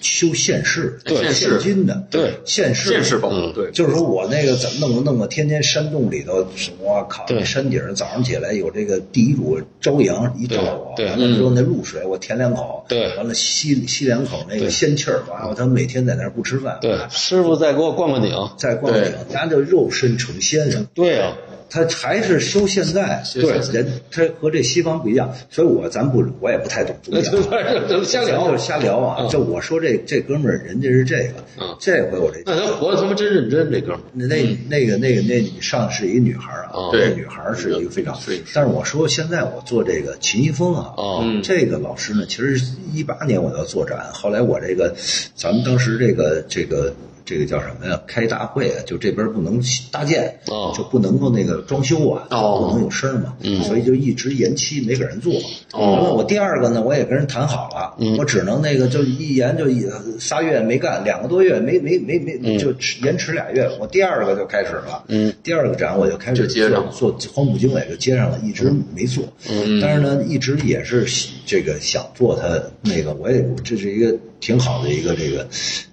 C: 修现世、
B: 对现世
C: 现今的，
A: 对
C: 现世、
B: 现世报
A: 嗯
B: 对，
C: 就是说我那个怎么弄啊弄啊，天天山洞里头什么，我靠，
A: 对
C: 山顶上早上起来有这个地主朝阳一照我，
A: 对对
C: 完了之后那露水我舔两口，
A: 对
C: 完了吸吸两口那
A: 对嗯
C: 个仙气儿，完了我他妈每天在那儿不吃饭，
A: 对，师傅再给我灌灌顶。
C: 再逛
B: 对
C: 景，咱就肉身成仙人。
A: 对啊，
C: 他还是修现在，
B: 对
C: 人他和这西方不一样，所以我咱不我也不太懂宗教
A: 对，对对 瞎聊
C: 咱就是瞎聊啊
A: 嗯。
C: 就我说这这哥们儿，人家是这个
A: 嗯，
C: 这回我这
A: 那他活的他妈真认真，这哥们儿。
C: 那那个那个那女上是一女孩儿啊
A: 哦，
C: 这
B: 对
C: 女孩儿是一个非常
B: 对是，
C: 但是我说现在我做这个秦一峰啊，
A: 哦
B: 嗯
C: 这个老师呢，其实一八年我要做展，后来我这个咱们当时这个这个。这个叫什么呀？开大会啊，就这边不能搭建，
A: 哦
C: 就不能够那个装修啊，
B: 哦
C: 不能有声儿嘛，所以就一直延期没给人做。
B: 哦
C: 完了我第二个呢，我也跟人谈好了，我只能那个就一延就一仨月没干，两个多月没没没没就迟延迟俩月。我第二个就开始了，
A: 嗯，
C: 第二个展我就开始
B: 就接上了
C: 做做黄埔经纬就接上了，一直没做。嗯，但是呢，一直也是这个想做他那个，我也这是一个挺好的一个这个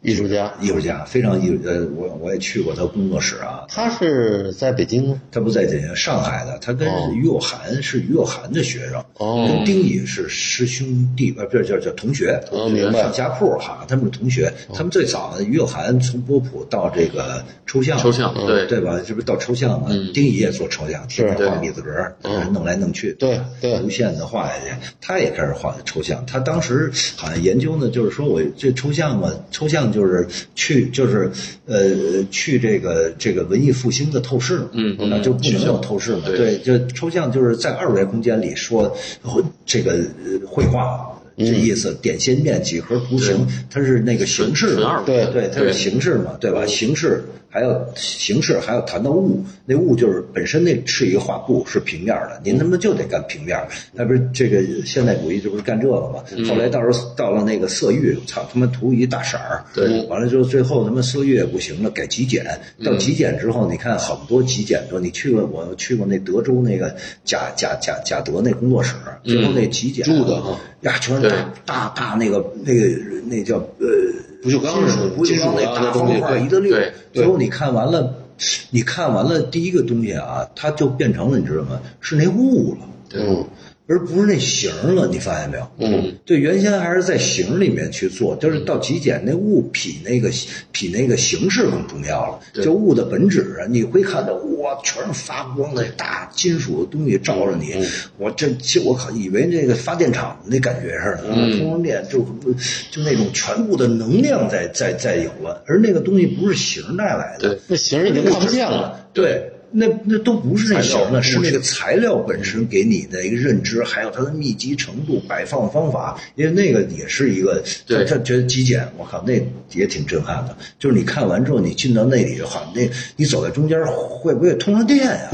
A: 艺术家
C: 艺术家，非常艺术呃，我我也去过他工作室啊，
A: 他是在北京吗？
C: 他不在这个上海的，他跟
A: 哦
C: 于有涵是于有涵的学生，
A: 哦
C: 跟丁乙是师兄弟，呃，不是叫叫同学，
A: 哦明白哦
C: 上下铺哈，他们是同学。他们最早呢，于有涵从波普到这个抽象，
B: 抽象对
C: 对吧？这不是到抽象嘛？
A: 嗯
C: 丁乙也做抽象，天天画米字格儿，弄来弄去，
A: 哦对对
C: 无限的画下去。他也开始画抽象，他当时好像研究呢，就是说我这抽象嘛，抽象就是去就是呃去这个这个文艺复兴的透视嘛，嗯，那就不能有透视嘛，
B: 对
C: 对，就抽象就是在二维空间里说哦这个呃绘画。这意思，点线面、几何图形，它是那个形式嘛，
B: 纯二维
A: 对
C: 对，它是
B: 对
C: 形式嘛，对
A: 嗯
C: 吧？形式还有形式，还有谈到物，那物就是本身那是一个画布，是平面的，您他
A: 嗯
C: 妈就得干平面儿，那不是这个现代主义这不是干这个吗？
A: 嗯
C: 后来到时候到了那个色域，操他妈图一大色儿，
B: 对，
C: 完了之后最后他妈色域也不行了，改极简，
A: 嗯
C: 到极简之后，你看很多极简的，你去过我去过那德州那个贾贾贾贾德那工作室，最后那极简
A: 嗯住的啊
C: 呀，全是大
B: 对
C: 大大那个那个那叫呃。
A: 不锈钢是啊
C: 不锈
B: 啊
C: 钢那大方块一个六
B: 对，
C: 最后你看完了，你看完了第一个东西啊，它就变成了你知道吗？是那物了，
A: 嗯
C: 而不是那形了，你发现没有？
A: 嗯，
C: 对，原先还是在形里面去做，就是到极简那物比那个比那个形式更重要了。就物的本质啊，你会看到哇，全是发光的大金属的东西照着你，我这这我靠，以为那个发电厂那感觉似的，啊，通风电就就那种全部的能量在在在有了，而那个东西不是形带来的，
B: 对
A: 那形儿已经看不见了。
C: 对，那那都不是那
B: 材
C: 型
B: 料
C: 了，是那个材料本身给你的一个认知，还有它的密集程度、摆放方法，因为那个也是一个，
B: 对
C: 他觉得极简，我靠，那也挺震撼的。就是你看完之后，你进到那里的话，那你走在中间会不会通上电呀、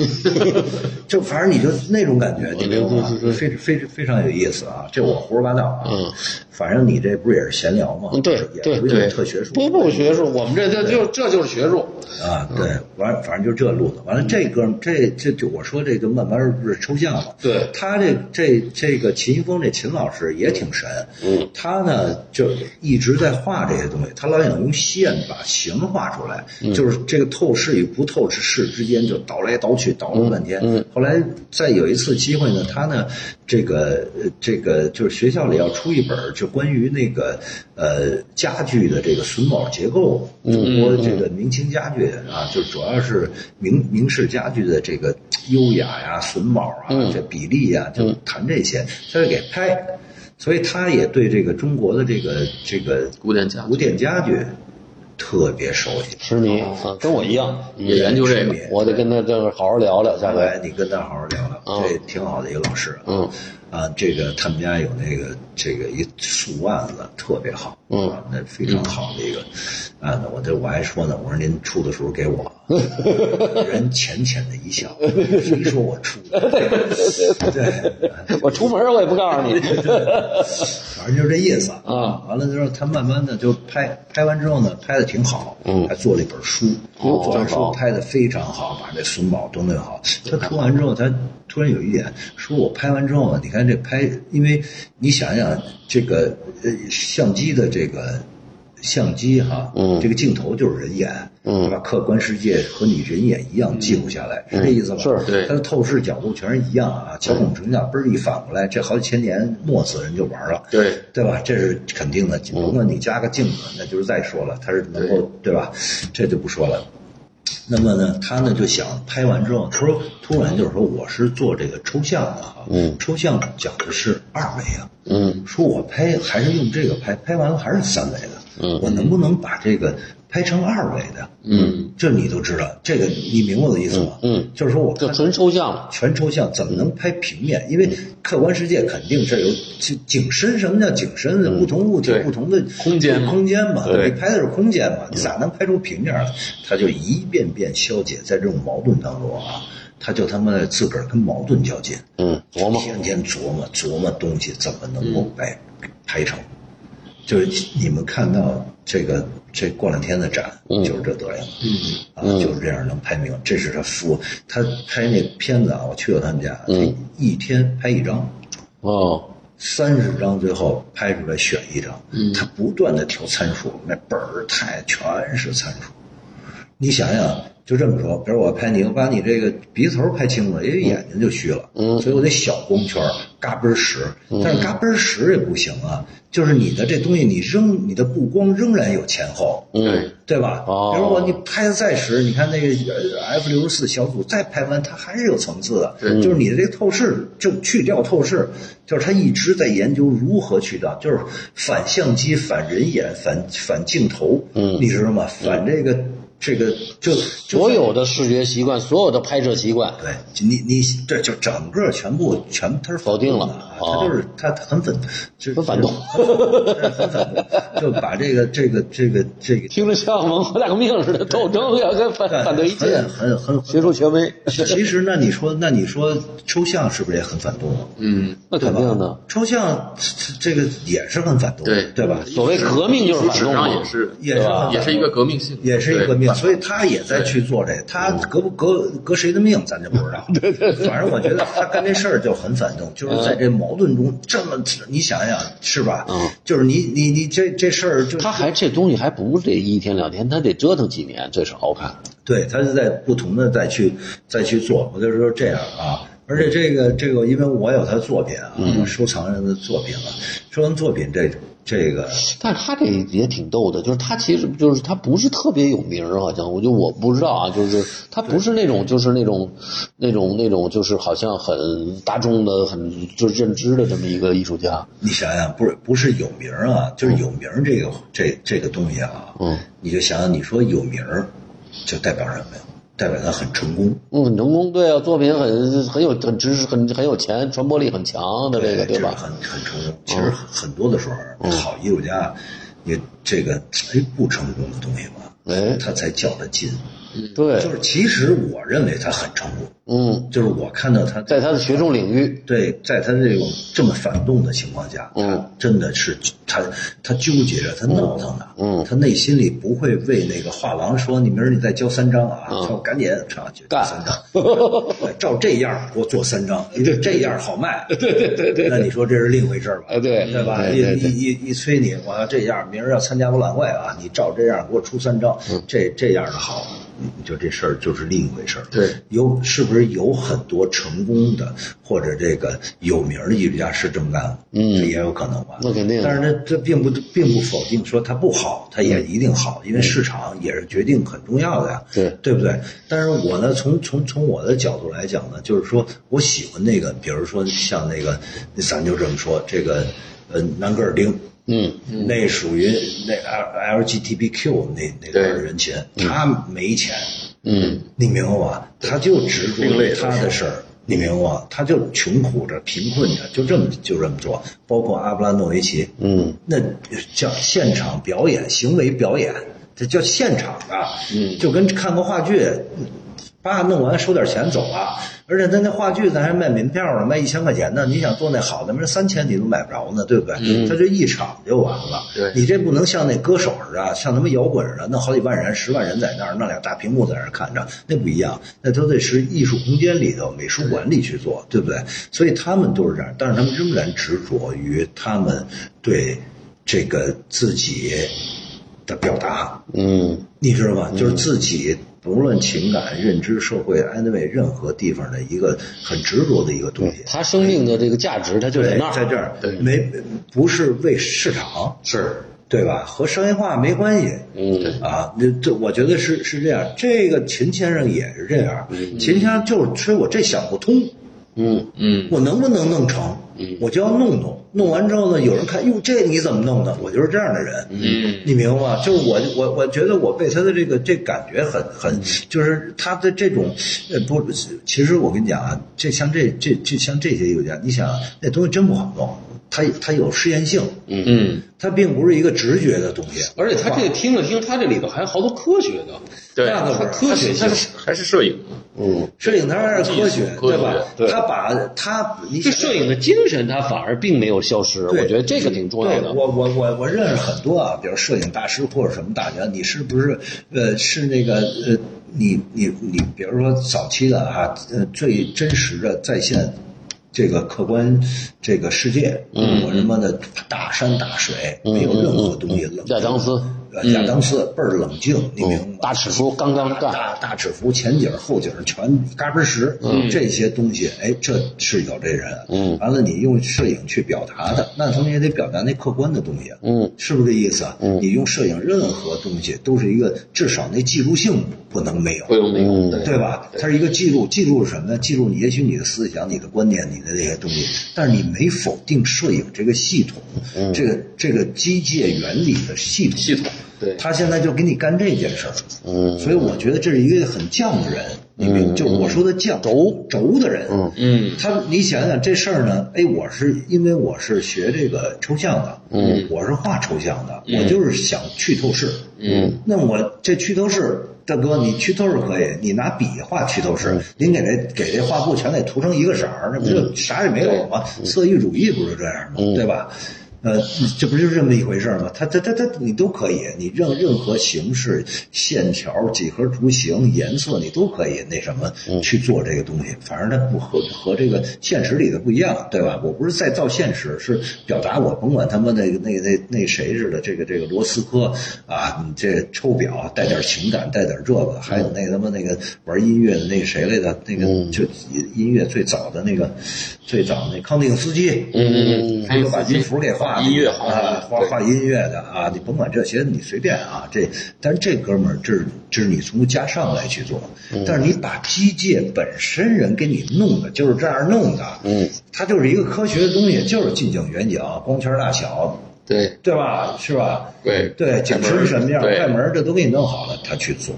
C: 就反正你就那种感觉，你懂吗？非非非常有意思啊！这我胡说八道啊，
A: 嗯，
C: 反正你这不是也是闲聊吗？
A: 嗯对
C: 也不
A: 对
C: 是特学术，
A: 不不学术，我们这这就这就是学术。
C: 啊，对，完反正就这路子。完了，这哥们这这就我说这就慢慢不是抽象嘛。
A: 对
C: 他这这这个秦一峰这秦老师也挺神。嗯，他呢就一直在画这些东西，他老想用线把形画出来，就是这个透视与不透视之间就倒来倒去倒了半天。嗯，后来再有一次机会呢，他呢这个呃这个就是学校里要出一本儿就关于那个呃家具的这个榫卯结构，中国这个明清家具啊，就主要是明明式家具的这个优雅呀、榫卯啊、这比例呀，就谈这些，他就给拍。所以他也对这个中国的这个这个
B: 古典家具
C: 古典家具特别熟悉。
D: 痴迷啊，跟我一样，
A: 嗯
B: 也研究这个
C: 对
D: 我得跟他这个好好聊聊，下
C: 下
A: 哎
D: 回
C: 回你跟他好好聊聊，这挺好的一个老师。
D: 嗯，
C: 啊，这个他们家有那个这个一树案子特别好，
D: 嗯
C: 啊，那非常好的一个案子。我这我还说呢，我说您出的时候给我，啊 人浅浅的一笑，谁说我出的？对，啊
D: 我出门我也不告诉你。
C: 反正就是这意思
D: 啊。
C: 完了之后，他慢慢的就拍，拍完之后呢，拍的挺好，
D: 嗯
C: 还做了一本书，
D: 哦
C: 这本
D: 真好
C: 书拍的非常好，把这榫卯都弄好。他出完之后，他突然有一点说，我拍完之后啊，你看这拍，因为你想想这个呃相机的这个。相机哈，
D: 嗯
C: 这个镜头就是人眼，
D: 嗯
C: 把客观世界和你人眼一样记录下来，是这意思吧？
D: 是
B: 对
C: 它的透视角度全是一样啊，小孔成像嘣儿一反过来，这好几千年墨子人就玩了。
B: 对，
C: 对吧？这是肯定的，
D: 嗯
C: 甭管你加个镜子，那就是再说了，他是能够对吧？这就不说了。那么呢，他呢就想拍完之后，他说突然就是说我是做这个抽象的哈，
D: 嗯
C: 抽象讲的是二维啊，
D: 嗯
C: 说我拍还是用这个拍，拍完了还是三维的，
D: 嗯
C: 我能不能把这个拍成二维的？
D: 嗯，
C: 这你都知道，这个你明白我的意思吗？
D: 嗯嗯
C: 就是说我看
D: 就纯抽象了。
C: 全抽象，怎么能拍平面？因
B: 嗯
C: 为客观世界肯定是有景景深。什么叫景深？不同物体、
B: 对
C: 不同的
B: 空间嘛
C: 空间嘛。
B: 对
C: 你拍的是空间嘛，你咋能拍出平面来？他就一遍遍消解，在这种矛盾当中啊，他就他妈的自个儿跟矛盾较劲，
D: 嗯，琢磨。
C: 天天琢磨琢磨东西怎么能够拍、拍成。就是你们看到这个这过两天的展，就是这德行。
B: 嗯，
C: 啊，就是这样能拍明。这是他夫，他拍那片子啊，我去过他们家，
D: 嗯
C: 他一天拍一张，
D: 哦，
C: 三十张，最后拍出来选一张，
D: 嗯
C: 他不断的调参数，那本儿太全是参数。你想想，就这么说，比如我拍你，我把你这个鼻头拍清楚，因为眼睛就虚了，
D: 嗯
C: 所以我得小光圈，嘎嘣儿实，但是嘎嘣儿实也不行啊，就是你的这东西，你扔你的布光仍然有前后，
D: 嗯
C: 对吧？
D: 哦
C: 比如我你拍的再实，你看那个呃 F 六十四小组再拍完，它还是有层次的。
B: 对
C: 就是你这个透视，就去掉透视，就是他一直在研究如何去掉，就是反相机、反人眼、反反镜头，
D: 嗯
C: 你知道吗？反这个这个就就
D: 所有的视觉习惯，所有的拍摄习惯，
C: 对，你你这就整个全部全它是
D: 否定了
C: 啊
D: 哦
C: 它就是它它很反，就是
D: 很反动
C: 很反动，就把这个这个这个这个
D: 听着像文化大革命似的斗争，要跟反反对一切
C: 很，很很
D: 学术权威，
C: 其实那你说，那你说抽象是不是也很反动啊？
B: 嗯，
D: 那肯定的。
C: 抽象这个也是很反动，
B: 对
C: 对吧？
D: 所谓革命就是
B: 历
D: 反
B: 史
D: 动嘛
B: 上也是，啊
C: 也是吧
B: 也是一个革命性，
C: 也是一
B: 对
C: 个革命，所以他也在去做这，他革不革革谁的命，咱就不知道。对对，反正我觉得他干这事儿就很反动，就是在这矛盾中这么，你想想是吧？
D: 嗯，
C: 就是你你你这这事儿就是
D: 他还这东西还不是这一天两天，他得折腾几年，这是好看。
C: 对，他是在不同的再去再去做。我就是说这样啊，而且这个这个，因为我有他的作品啊，
D: 嗯
C: 我收藏人的作品啊，收藏作品这这个
D: 但是他这也挺逗的，就是他其实就是他不是特别有名儿，好像我就我不知道啊，就是他不是那种就是那种那种那种就是好像很大众的很就是认知的这么一个艺术家，
C: 你想想，不是不是有名儿啊，就是有名儿这个、这这个东西啊，
D: 嗯
C: 你就想想，你说有名儿，就代表什么呀？代表他很成功，
D: 嗯，很成功，对啊，作品很很有很知识很很有钱，传播力很强的这个，
C: 这
D: 对
C: 是
D: 吧？嗯
C: 很很成功。其实很很多的时候，好艺术家，也这个哎不成功的东西吧，
D: 哎，
C: 他才较得劲。
D: 对
C: 就，是其实我认为他很成功，
D: 嗯，
C: 就是我看到他
D: 在他的学术领域，
C: 对，在他这种这么反动的情况下，
D: 嗯
C: 他真的是他他纠结着，他闹腾着，
D: 嗯
C: 他内心里不会为那个画廊说你明儿你再交三张啊，
D: 嗯
C: 叫我赶紧上去交
D: 干
C: 三张，对 照这样儿给我做三张，你这这样儿好 卖，对对对对，那你说这是另回事儿吧？
D: 哎，对，
C: 对吧？一
D: 对对，
C: 一一一催你，我要这样，明儿要参加博览会啊，你照这样给我出三张，
D: 嗯
C: 这这样的好，你就这事儿就是另一回事儿。
B: 对，
C: 有是不是有很多成功的或者这个有名儿的艺术家是这么干的？
D: 嗯
C: 这也有可能吧。
D: 那肯定啊
C: 但是呢，这并不并不否定说它不好，它
D: 嗯
C: 也一定好，因为市场也是决定很重要的呀。
D: 对
C: 对不对？但是我呢，从从从我的角度来讲呢，就是说我喜欢那个，比如说像那个，咱就这么说，这个呃，南格尔丁，
A: 嗯
C: 那属于那 L LGBTQ 那那
B: 对
C: 段人群，他没钱，
A: 嗯
C: 你明白吗？他就执着
B: 另类
C: 于
B: 的
C: 他的事儿，你明白吗？他就穷苦着、贫困着，就这么就这么做。包括阿布拉诺维奇，
A: 嗯
C: 那叫现场表演、行为表演，这叫现场啊，嗯，就跟看个话剧，叭弄完收点钱走啊。而且咱那话剧咱还卖门票呢，卖一千块钱呢。你想做那好的，那三千你都买不着呢，对不对？他就一场就完了。
B: 对
C: 你这不能像那歌手似的，像他妈摇滚似的，弄好几万人、十万人在那儿，弄俩大屏幕在那儿看着，那不一样，那都得是艺术空间里头、美术馆里去做，对不对？所以他们都是这样，但是他们仍然执着于他们对这个自己的表达，
A: 嗯
C: 你知道吧？就是自己无论情感、认知、社会、安慰任何地方的一个很执着的一个东西。
A: 他生命的这个价值，他就在
C: 对
A: 那儿，
C: 在这儿，
B: 对
C: 没不是为市场，
B: 是
C: 对吧？和商业化没关系。
A: 嗯
C: 啊，那这我觉得是是这样，这个秦先生也是这样，秦先生就是，所以我这想不通，
A: 嗯
B: 嗯
C: 我能不能弄成？我就要弄弄，弄完之后呢，有人看，哟，这你怎么弄的？我就是这样的人，
B: 嗯
C: 你明白吗？就是我我我觉得我被他的这个这感觉很很，就是他的这种，呃，不，其实我跟你讲啊，这像这这这像这些艺术家，你想啊那东西真不好弄，它它有实验性，
B: 嗯，
C: 它并不是一个直觉的东西，
A: 而且他这个听了听，他这里头还有好多科学的，
B: 对，
C: 那倒
B: 它
C: 是
A: 科学性
B: 它，是还是摄影，
A: 嗯，
C: 摄影它是科学，
B: 科学
C: 对吧？
B: 对
C: 他把他你啊
A: 这摄影的精神，他反而并没有消失，我
C: 对
A: 觉得这个挺重要
C: 对
A: 的。
C: 我我我我认识很多啊，比如摄影大师或者什么大家，你是不是呃是那个呃你你你，比如说早期的啊，呃最真实的再现。这个客观，这个世界，嗯，我他妈的大山大水，没有任何东西冷。
A: 嗯亚当斯，嗯
C: 呃，亚当斯倍儿冷静，你明白吗？
A: 大尺幅刚刚干，
C: 大大尺幅前景后景全嘎嘣实，这些东西，哎，这是有这人，
A: 嗯
C: 完了你用摄影去表达的，那他们也得表达那客观的东西，啊
A: 嗯，
C: 是不是这意思？嗯，你用摄影任何东西都是一个，至少那记录性不能没有，
B: 会用那
A: 嗯
B: 个
C: 对吧？它是一个记录，记录是什么呢？记录你也许你的思想、你的观念、你的这些东西，但是你没否定摄影这个系统，这个这个机械原理的系统。
B: 系统，对，
C: 他现在就给你干这件事儿，
A: 嗯
C: 所以我觉得这是一个很犟的人，你明就是我说的犟轴轴的人，嗯
B: 嗯
C: 他你想想这事儿呢，哎，我是因为我是学这个抽象的，嗯，我是画抽象的，我就是想去透视，
B: 嗯，
C: 那我这去透视。大哥，你去透视可以，你拿笔画去透
B: 嗯
C: 视，您给这给这画布全给涂成一个色儿，那不就啥也没有吗？
B: 嗯
C: 色欲主义不是这样吗？对吧？呃，这不就是这么一回事儿吗？他他他他，你都可以，你任任何形式、线条、几何图形、颜色，你都可以那什么去做这个东西。反正它不和和这个现实里的不一样，对吧？我不是在造现实，是表达我，甭管他妈那个那那那谁似的，这个这个罗斯科啊，你这抽表带点情感，带点这个，还有那个他妈那个玩音乐的那谁来的，那个就音乐最早的那个最早那康定斯基，嗯
B: 嗯
C: 他就把音符给画
B: 音乐
C: 画
B: 画
C: 啊，画
B: 对
C: 画音乐的啊，你甭管这些，你随便啊。这，但是这哥们儿，这是这是你从家上来去做，
B: 嗯
C: 但是你把机械本身人给你弄的，就是这样弄的。嗯，它就是一个科学的东西，就是近景、远景、光圈大小，
B: 对
C: 对吧？是吧？
B: 对
C: 对，景深什么样，
B: 对
C: 快门儿这都给你弄好了，他去做。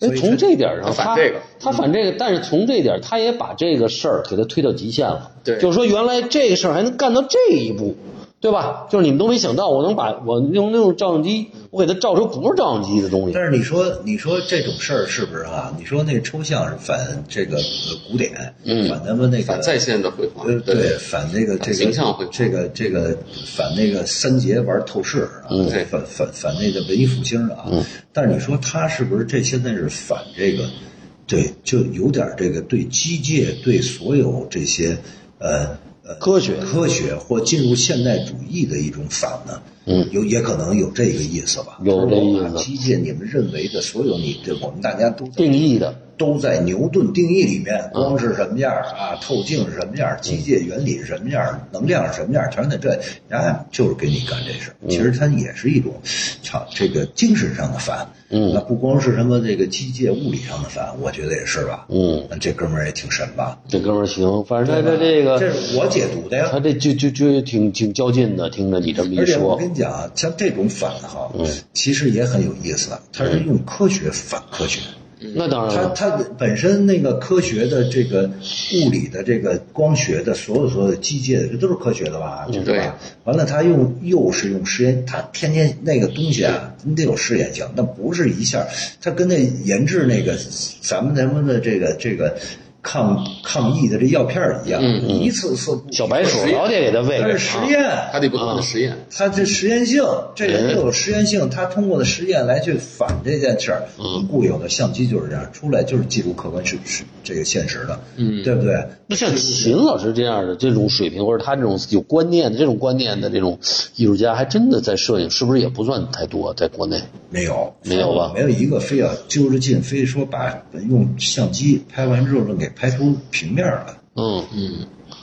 A: 所以哎从这点儿上，他
B: 他反这个
A: 他反这个，但是从这点儿，他也把这个事儿给他推到极限了。
B: 对
A: 就是说原来这个事儿还能干到这一步，对吧？就是你们都没想到，我能把我用那种照相机，我给他照出不是照相机的东西。
C: 但是你说，你说这种事儿是不是啊？你说那个抽象是反这个呃古典，
A: 嗯
C: 反他妈那个
B: 反在线的绘画
C: 呃，，对，反这个这个
B: 形象绘画
C: 这个这个反那个三杰玩透视啊，
A: 嗯
B: 对
C: 反反反那个文艺复兴啊。但是你说他是不是这现在是反这个？对，就有点这个对机械、对所有这些呃呃
A: 科学
C: 科学或进入现代主义的一种反呢？嗯，有也可能有这个意思吧？
A: 有这意思
C: 就是我把机械，你们认为的所有你，这我们大家都在
A: 定义的，
C: 都在牛顿定义里
A: 啊
C: 面，光是什么样儿啊，透镜是什么样
A: 嗯
C: 儿，机械原理是什么样儿，能量是什么样儿，全在这，然后就是给你干这事儿。
A: 嗯
C: 其实它也是一种，操，这个精神上的反，嗯，那不光是什么这个机械物理上的反，我觉得也是吧，
A: 嗯，
C: 这哥们儿也挺神吧，
A: 这哥们儿行，反正他这这
C: 这
A: 个
C: 是我解读的呀
A: 他。这就就就挺挺较劲的，听着你这么一
C: 而且
A: 说嗯
C: 我跟，你讲啊，像这种反哈，其实也很有意思，它是用科学反科学。
D: 那当然
A: 呃
C: 它
D: 了，
C: 它本身那个科学的这个物理的这个光学的所有所有机械的，这都是科学的吧？这
B: 对
C: 是吧？完了，他用又是用实验，他天天那个东西啊，你得有试验性，那不是一下，他跟那研制那个咱们咱们的这个这个抗抗疫的这药片儿一样，一次次不
D: 小白鼠老得给它喂
C: 它是
D: 喂
C: 实
D: 啊
C: 验。
B: 他得不断的实验，
C: 它这实验性，这人又有实验性，他通过的实验来去反这件事儿。
D: 嗯
C: 固有的相机就是这样，出来就是记录客观事实这个现实的，嗯，对不对？
D: 那像秦老师这样的这种水平，或者他这种有观念的这种观念的这种艺术家，还真的在摄影是不是也不算太多，在国内？
C: 没有，
D: 没有啊吧
C: 没有一个非要揪着劲，非说把用相机拍完之后给拍出平面儿来，
D: 嗯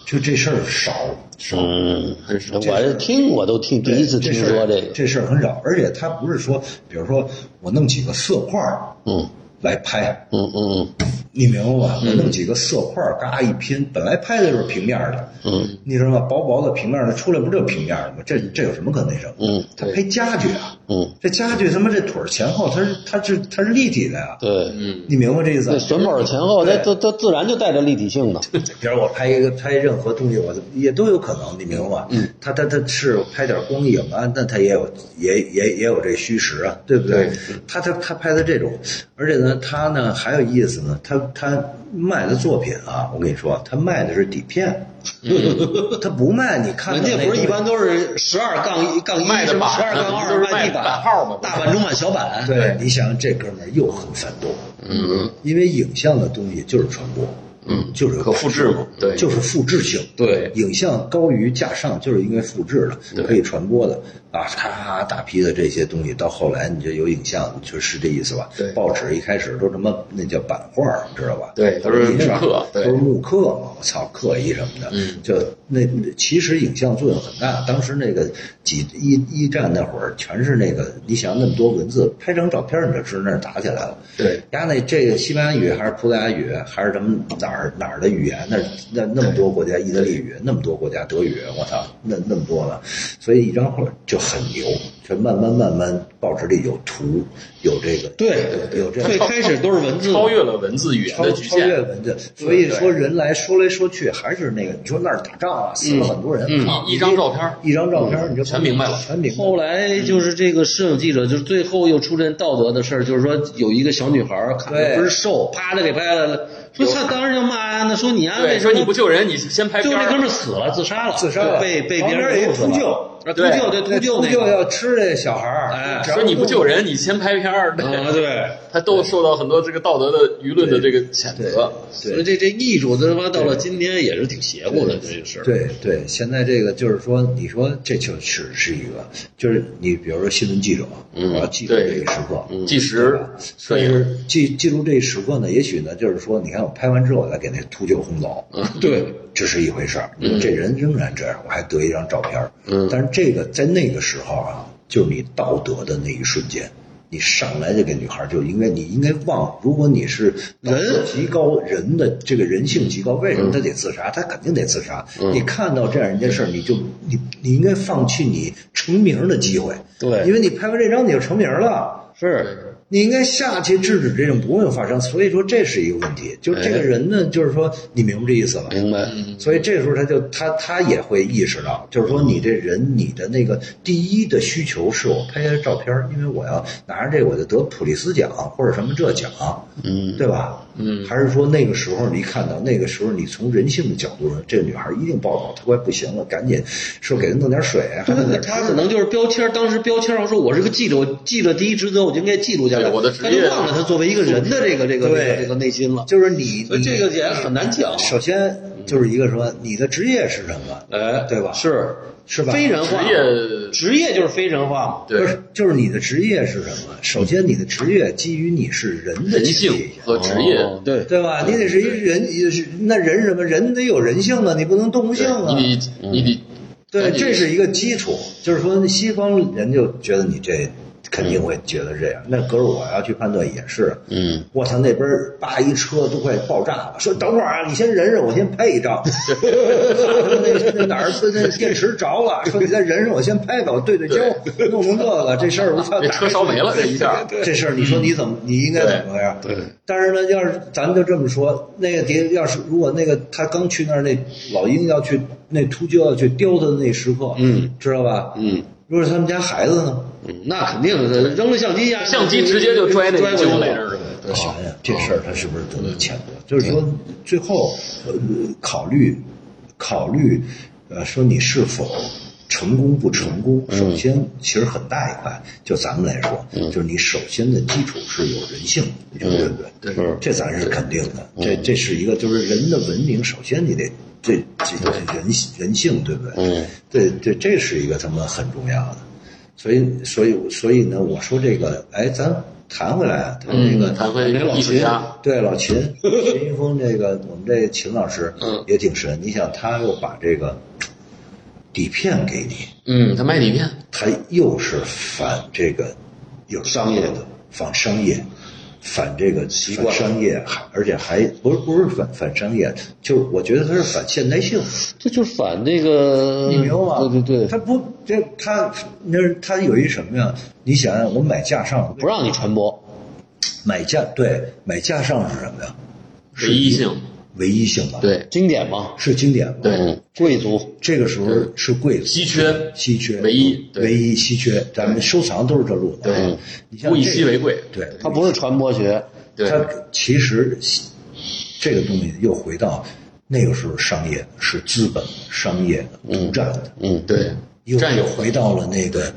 C: 就这事儿少少。
D: 嗯，
B: 很少
D: 我是听我都听第
C: 对
D: 一次听
C: 这事
D: 说
C: 儿
D: 这个，
C: 这事儿很少，而且他不是说，比如说我弄几个色块儿
D: 嗯
C: 来拍，
D: 嗯嗯
C: 你明白吧？我弄几个色块儿，嘎一拼，本来拍的就是平面儿的，
D: 嗯，
C: 你知道吗？薄薄的平面儿的，出来不就平面儿的吗？这这有什么可那什么？
D: 嗯，
C: 他拍家具啊，
D: 嗯，
C: 这家具他妈这腿儿前后，它是它是它是立体的呀、
D: 对，
A: 嗯
C: 你明白这意思吧？
D: 那旋宝前后，它
C: 对
D: 它它自然就带着立体性的，
C: 比如我拍一个拍任何东西，我也都有可能，你明白吗？嗯，他他他是拍点光影啊，那他也有也也也有这虚实啊，对不对？他他他拍的这种，而且呢，他呢还有意思呢，他他卖的作品啊，我跟你说，他卖的是底片， 他不卖你看到
A: 人家
C: 那
A: 不是
C: 东
A: 一
C: 西
A: 般都是十二杠一杠一
B: 卖的
A: 什么
B: 版
A: 十二杠
B: 都
A: 二
B: 是
A: 卖
B: 卖
A: 地
B: 版号嘛
A: 大版、中版、小版。
C: 对，你想这哥们儿又很反动，嗯，因为影像的东西就是传播，嗯，就是
B: 可复制嘛对
C: 就是复制性，
A: 对
C: 影像高于架上，就是因为复制的，可以传播的啊，咔大批的这些东西，到后来你就有影像，就是这意思吧？
B: 对
C: 报纸一开始都他妈那叫版画儿，你知道吧？
B: 对都是木刻
C: 都
B: 对嗯
C: 是木刻嘛，我操，刻一什么的，就那其实影像作用很大。当时那个几一一战那会儿，全是那个，你想那么多文字，拍张照片儿你就知道那儿打起来了。
B: 对，
C: 丫那这个西班牙语还是葡萄牙语还是什么哪儿哪儿的语言？那那那么多国家，意大利语那么多国家，德语，我操，那那么多了，所以一张画就很牛，就慢慢慢慢，报纸里有图，有这个，
A: 对
C: 有这个
A: 最开始都是文字，
B: 超越了文字语言
C: 超
B: 的局
C: 超越
B: 限。
C: 文字，所以说人来说来说去还是那个，你说那儿打仗啊，死了很多人，靠
B: 啊一张照片儿
C: 一张照片儿你就
B: 嗯全明白了
C: 全明白
A: 后
C: 了。
A: 来就是这个摄影记者，就是最后又出现道德的事儿，就是说有一个小女孩儿看
C: 对
A: 着不是瘦，啪的给拍来了，说他当时就骂呀，那说你啊，
B: 嗯对，说你不救人，你先拍
A: 就
B: 片
A: 这哥
B: 儿。
A: 们儿死了，自杀了，
C: 自杀了
A: 被被别
C: 旁边
A: 人
C: 有一
A: 救出来
C: 秃鹫
A: 了啊秃
B: 对
A: 鹫对秃鹫
C: 秃
A: 那
C: 鹫
A: 个
C: 要吃这小孩儿，
A: 哎
C: 只要
B: 说你不救
C: 动
B: 人，你先拍片儿。
A: 啊，对。
B: 他都受到很多这个道德的舆论的这个谴责。
A: 所以这这艺术，他妈到了今天也是挺邪乎的这个事儿。
C: 对对，现在这个就是说，你说这就是是一个，就是你比如说新闻记者，我要记住
B: 对嗯
C: 这个时刻，
B: 纪实摄
C: 所以
B: 影，
C: 是记记住这一时刻呢，也许呢，就是说，你看我拍完之后，我再给那秃鹫轰走，
A: 对，
C: 这是一回事儿。你
A: 嗯
C: 说这人仍然这样，我还得一张照片儿。但是这个在那个时候啊，就是你道德的那一瞬间，你上来这个女孩儿就应该，你应该忘。如果你是人极高，人的这个人性极高，为
A: 嗯
C: 什么他得自杀？他肯定得自杀。你看到这样一件事儿，你就你你应该放弃你成名的机会。
A: 对
C: 因为你拍完这张你就成名了。
A: 是
C: 你应该下去制止这种不用发生，所以说这是一个问题。就这个人呢，就是说你明白这意思吧？
A: 哎明白。
C: 所以这时候他就他他也会意识到，就是说你这人你的那个第一的需求是我拍下照片儿，因为我要拿着这个我就得普利斯奖或者什么这奖，嗯，对吧？嗯，还是说那个时候你看到那个时候你从人性的角度呢，这个女孩一定报道她快不行了，赶紧说给她弄点水啊，还弄点吃
A: 他可能就是标签儿，当时标签上说我是个记者，我记者第一职责我就应该记录下来，
B: 对我的职
A: 他
B: 业
A: 就忘了他作为一个人的这个这个这个
C: 对
A: 这个内心了。
C: 就是你
A: 所以
C: 你
A: 这个也很难讲。
C: 首先就是一个说你的职业是什么，
A: 哎，
C: 对吧？
A: 是
C: 是吧
A: 非人化
B: 职业
A: 职业就是非人化嘛。
C: 不
B: 对
C: 是，就是你的职业是什么？首先，你的职业基于你是人的
B: 人
C: 前
B: 性
C: 提下
B: 和职业，
A: 哦对，
C: 对吧？你得是一人，也是那人是什么？人得有人性啊，你不能动物性啊。
B: 你得你得
C: 对，
B: 你
C: 这是一个基础，就是说西方人就觉得你这肯定会觉得这样。那格尔我要去判断也是，
A: 嗯，
C: 我操，那边儿叭一车都快爆炸了，说等会儿啊，你先忍忍，我先拍 一张。那那哪儿那电池着了，说你再忍忍，我先拍吧，我对对焦，弄弄这个这事儿，我操，
B: 这车烧没了，这一下。
C: 这事儿你说你怎么，你应该怎么样？
A: 嗯对，
C: 但是呢，要是咱就这么说，那个碟要是如果那个他刚去那儿，那老鹰要去那秃鹫要去叼他的那时刻，
A: 嗯，
C: 知道吧？
A: 嗯
C: 如果是他们家孩子呢？
A: 嗯，那肯定的扔了相机呀，
B: 相机直接就拽那
A: 拽过
B: 个
A: 去
B: 揪
A: 了。
B: 那阵儿了。对
C: 想想哦这事儿，他是不是得了谴责？就是说，
A: 嗯
C: 最后呃考虑考虑，呃，说你是否成功不成功，
A: 嗯
C: 首先其实很大一块，就咱们来说，就是你首先的基础是有人性，你说对不对？
A: 嗯是
C: 这咱是肯定的。这这是一个，就是人的文明，首先你得这这这人人性，对不对？
A: 嗯，
C: 对对，这是一个他妈很重要的。所以，所以，所以呢，我说这个，哎，咱谈回来啊，谈这
A: 嗯
C: 个，
B: 谈回
C: 老
B: 艺术
C: 秦
B: 家，
C: 对老秦， 秦一峰这个，我们这秦老师，
A: 嗯
C: 也挺神。你想，他又把这个底片给你，
A: 嗯，他卖底片，
C: 他又是反这个，有
A: 商业
C: 的，反商业，反这个习
A: 惯
C: 商业，还而且还不是不是反反商业，就是我觉得他是反现代性。
A: 这就是反这个，
C: 你明白吗？
A: 嗯对对
C: 他
A: 对，
C: 不，这他那他有一什么呀？你想想，我买架上
A: 不让你传播，
C: 买架对买架上是什么呀？
B: 唯一性，
C: 唯一性吧？，
A: 对，经典嘛，
C: 是经典吧。
A: 嗯，贵族，
C: 这个时候是贵族
B: 稀缺，
C: 稀缺，
B: 唯一对
C: 唯一稀缺，咱们收藏都是这路子。啊
B: 对，
C: 你像
B: 物以
C: 这个
B: 稀为贵。
C: 对，
A: 它不是传播学，
B: 对，
C: 它其实这个东西又回到那个时候，商业是资本商业的独占的，
A: 嗯，
B: 对，
C: 又
B: 占有
C: 回到了那个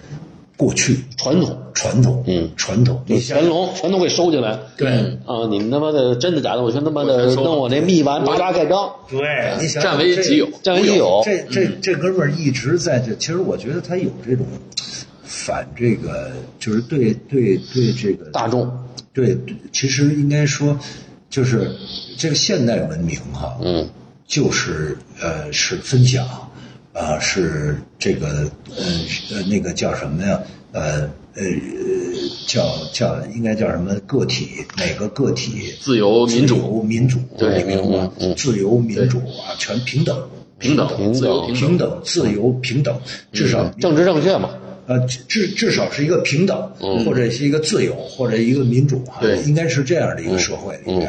C: 过去
A: 传统，
C: 传统，
A: 嗯
C: 传统。
A: 就
C: 你想
A: 乾隆全都给收进来，
C: 对
B: 嗯
A: 啊，你们他妈的真的假的？我全他妈
B: 我
A: 的
B: 全收了
A: 弄我那密完，啪嚓盖章，
C: 对，你想
B: 占为己有嗯
A: 占为己有，
C: 这这这哥们儿一直在这，其实我觉得他有这种反这个，就是对对对这个
A: 大众，
C: 对，对其实应该说就是这个现代文明哈、
A: 嗯，
C: 就是呃是分享，啊、是这个呃是呃那个叫什么呀？呃呃叫叫应该叫什么个体？每个个体
B: 自由民主，
C: 民主，
B: 对嗯
C: 你明白吗？自由民主啊，全平等，
B: 平等，自由平
C: 平
B: 等，嗯
C: 等、自由、平等，至少
A: 啊政治正确嘛，
C: 呃至至少是一个平等，或者是一个自由，或者一个民主啊
B: 嗯对，嗯
C: 应该是这样的一个社会应该。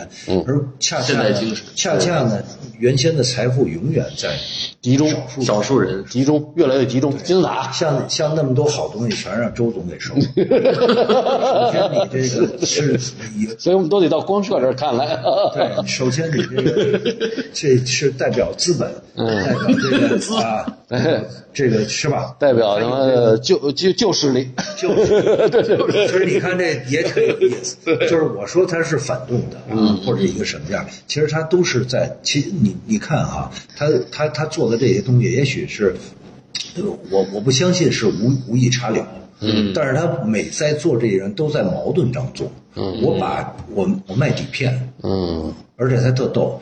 C: 而恰恰
B: 现代
C: 呢
B: 精神
C: 恰恰呢，原先的财富永远在
A: 集中，
C: 少数
B: 少数人
A: 集中，越来越集中，金字塔，
C: 像像那么多好东西，全让周总给收 了。你看你这个是 你
A: 所以我们都得到光社这儿看来，
C: 对，首先你这个这是代表资本，
B: 嗯
C: 代表这 个啊，这个是吧？
A: 代表他妈的旧旧旧势力，
C: 就是， 对所以你看这也挺有意思，就是我说它是反动的啊，或者一个什么样，其实它都是在，其实你你看哈、他他他做的这些东西，也许是，呃我我不相信是无无意插柳。嗯，但是他每在做这些人都在矛盾当中。嗯，我把我我卖底片，
A: 嗯，
C: 而且他特逗，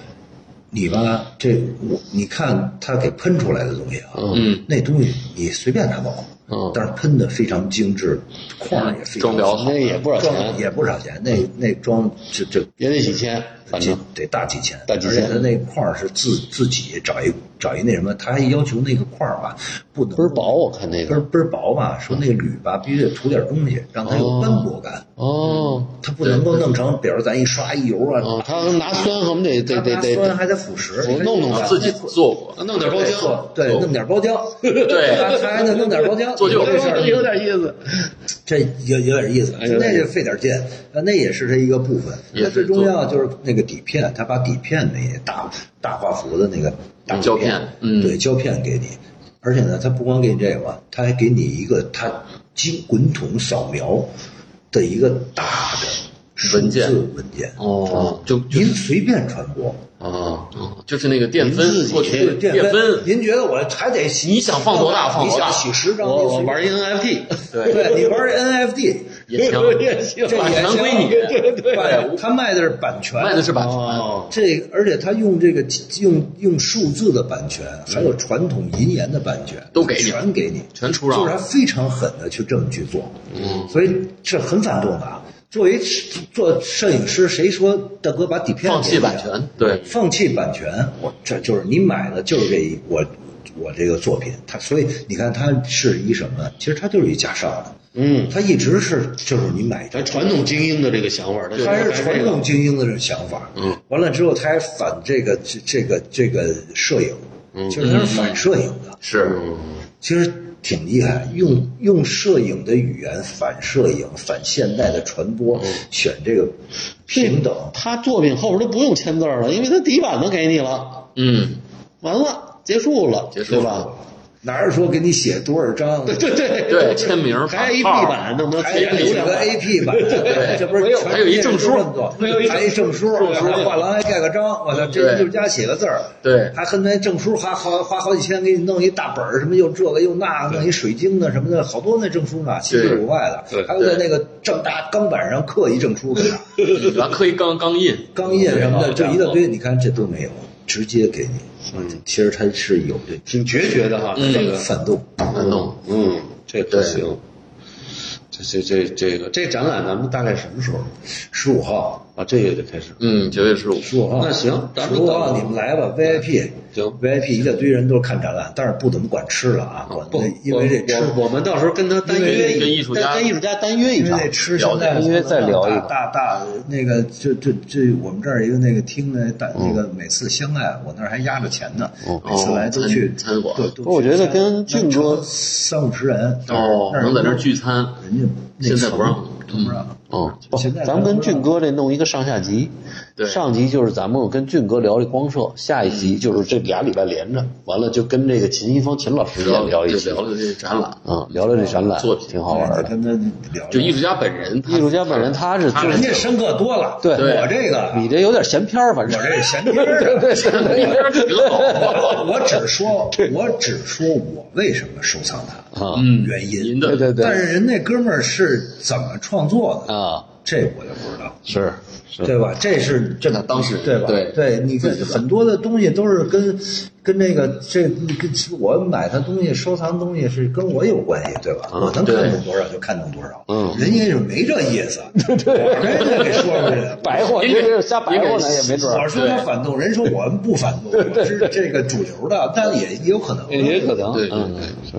C: 你吧，这我你看他给喷出来的东西啊，
B: 嗯，
C: 那东西你随便拿走，
A: 嗯
C: 但是喷的非常精致，框儿也非
B: 装
C: 常
B: 裱好
A: 那也不少
C: 装
A: 钱，
C: 也不少钱，那那装这这
A: 也得几千，反
C: 这
A: 正
C: 得大几千，
A: 大几千
C: 而且他那框儿是自自己找一找一那什么，他还要求那个框儿吧，不能
A: 倍儿薄，我看那
C: 倍
A: 个，
C: 儿
A: 嗯
C: 倍儿薄吧，说那个铝吧必须得涂点东西，让它有斑驳感，
A: 哦，
C: 它不能够弄成，比如咱一刷一油啊，
A: 哦，他拿酸和我们得得得
C: 它拿酸
A: 得，
C: 还得腐蚀，
A: 我弄弄
C: 它
A: 吧
B: 啊自己做过，
A: 弄点包浆，
C: 对，弄点包浆，
B: 对
C: 他 他还能弄点包浆，
B: 做哎旧
C: 这事儿
A: 有点意思，
C: 这有有点意思，
A: 有点
C: 那就费点劲，呃那也是它一个部分。
B: 也
C: 那
B: 是
C: 最重要就是那个底片，他把底片那些大大画幅的那个大
B: 胶片嗯
C: 对胶片给你，而且呢，他不光给你这个，他还给你一个他经滚筒扫描的一个大的数
B: 文件
C: 字文件，
B: 哦，就就
C: 您随便传播，
A: 啊，
B: 就是那个电
A: 自
B: 分，
A: 己
B: 过去的
C: 淀
B: 电分，
C: 您觉得我还得洗
B: 你想放多大放多大
C: 你想洗十张，
A: 我
C: 你
A: 我
C: 随便
A: 玩一 NFT，
C: 对你玩 NFT，
A: 也行，
D: 也行
C: 这
A: 版
C: 也
A: 权
C: 行
A: 归你
C: 对对对，他卖的是版权，
A: 卖的是版权。
C: 哦这个而且他用这个用用数字的版权，还有传统银言的版权，
A: 嗯都给你
C: 全给你，
A: 全出让
C: 就是他非常狠的去这么去做，嗯，所以这很反动的啊。作为做摄影师，谁说大哥把底片
A: 放弃
C: 给你啊
A: 版权？
D: 对
C: 放弃版权，我这就是你买的就是这一我我这个作品，它所以你看它是一什么呢？其实它就是一假上的，
A: 嗯，
C: 它一直是就是你买这
A: 咱传统精英的这个想法，
C: 他
A: 他
C: 是传统精英的这种想法，嗯，完了之后他还反这个这这个这个摄影，嗯，其实他是反摄影的，
D: 是
C: 其实挺厉害，用用摄影的语言反摄影、反现代的传播，选这个平等，
A: 他作品后边都不用签字了，因为他底板都给你了，
D: 嗯，
A: 完了结束了，
D: 结束了
A: 对吧？
C: 哪有说给你写多少张？对对对，
D: 对，签名儿
A: 还 A
D: 版
A: P
D: 号儿
A: 版，弄得
C: 还有
A: 流量
C: 个 AP 版，对，这不是全
D: 还有一证书
C: 还有一还有一证书，画廊还盖个章，我操，这
D: 对
C: 艺术家写个字儿，
D: 对
C: 还恨那证书花花花好几千给你弄一大本儿，什么又这个又那个，弄一水晶的什么的，好多那证书呢，七七五外的，还有在那个这么大钢板上刻一证书的呢，
D: 底吧，刻一钢钢印，
C: 钢印什么的，
D: 对
C: 这一大堆，你看这都没有，直接给你，嗯，其实它是有这
A: 挺决绝的哈，这个
C: 反动，
D: 难弄。
A: 嗯，
D: 这
A: 不行。这这这这个这展览咱们大概什么时候
C: 十五号。
A: 啊？这也得开始。
D: 嗯，九月十五，
C: 十五号
A: 那行咱们
C: 十五号啊你们来
D: 嗯
C: 吧，VIP
A: 行
C: VIP 一大堆人都是看展览，但是不怎么管吃了啊，管
A: 不，
C: 因为这吃，
A: 我我们到时候跟他单
C: 因
A: 约
C: 为
A: 一
D: 跟艺术
A: 单
D: 家
A: 跟艺术家单约一
C: 因为
A: 场
C: 那，吃现在
D: 因为再聊一
C: 大
D: 个
C: 大大那个就就就我们这儿一个那个厅的大
A: 嗯
C: 那个每次相爱，我那儿还压着钱呢，每次来都去
D: 餐餐馆
C: 对，都
A: 不是我觉得
C: 去
A: 跟俊哥
C: 能成三五十人
D: 哦，
C: 儿
D: 能在那儿聚餐，
C: 人家那
D: 现在不让
C: 层都
B: 嗯
C: 不
A: 嗯
C: 让。
D: 哦，
A: 不
C: 现在
A: 咱们跟俊哥这弄一个上下集，
D: 对嗯
A: 上集就是咱们跟俊哥聊这光社，下一集就是这俩礼拜连着，完了就跟这个秦一峰秦老师也
D: 聊
A: 聊一
D: 就
A: 期，
D: 聊聊这展览，
A: 嗯，聊聊这展览
D: 作品
A: 挺好玩
C: 对
A: 的。
C: 跟他聊聊，
D: 就艺术家本人，
A: 艺术家本人他是就
C: 人
A: 是
C: 家深刻多了，
A: 对
C: 我这个
A: 你这有点闲篇儿，反正
C: 我这闲 篇儿啊
A: 对对对
D: 人挺好，
C: 我我只说，我只说我为什么收藏它，
A: 啊
D: 嗯，
C: 原因
D: 您。的
A: 对对对
C: 但是人那哥们儿是怎么创作的，
A: 啊，
C: 这我就不知道，
A: 是是，
C: 对吧？这是这
D: 当事人
C: 对吧？
D: 对
C: 对，你看很多的东西都是跟跟那个这跟我买的东西、收藏东西是跟我有关系，对吧？我能看懂多少就看懂多少，
A: 啊嗯
C: 人家就没这意 思，对，人家给说出去了。
A: 白话，
D: 您
A: 这
D: 给
A: 是瞎白话呢，也 没准儿
C: 我。说他反动，人说我们不 反动，我是这个主流的，但也也有可能，
A: 也可能，
D: 对对
A: 嗯，是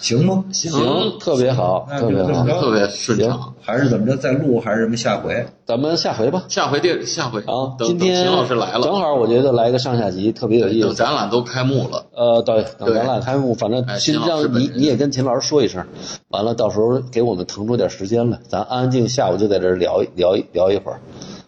C: 行吗？
D: 嗯
A: 行，特别好，
C: 那
A: 特
C: 就
A: 别
C: 这
A: 好
C: 么，着
D: 特别顺畅。
C: 还是怎么着？再录还是什么？下回
A: 咱们下回吧。
D: 下回电下回
A: 啊，
D: 等
A: 今
D: 等
A: 天
D: 秦老师来
A: 正
D: 了，
A: 好我觉得来个上下集特别有意
D: 等
A: 思。
D: 展览都开幕了，
A: 呃，对，等
D: 对
A: 咱俩开幕，反正
D: 哎
A: 先
D: 秦老师
A: 让
D: 本
A: 你
D: 人
A: 你也跟秦老师说一声，完了到时候给我们腾出点时间来，咱安安静下午就在这儿聊一聊一聊一会儿，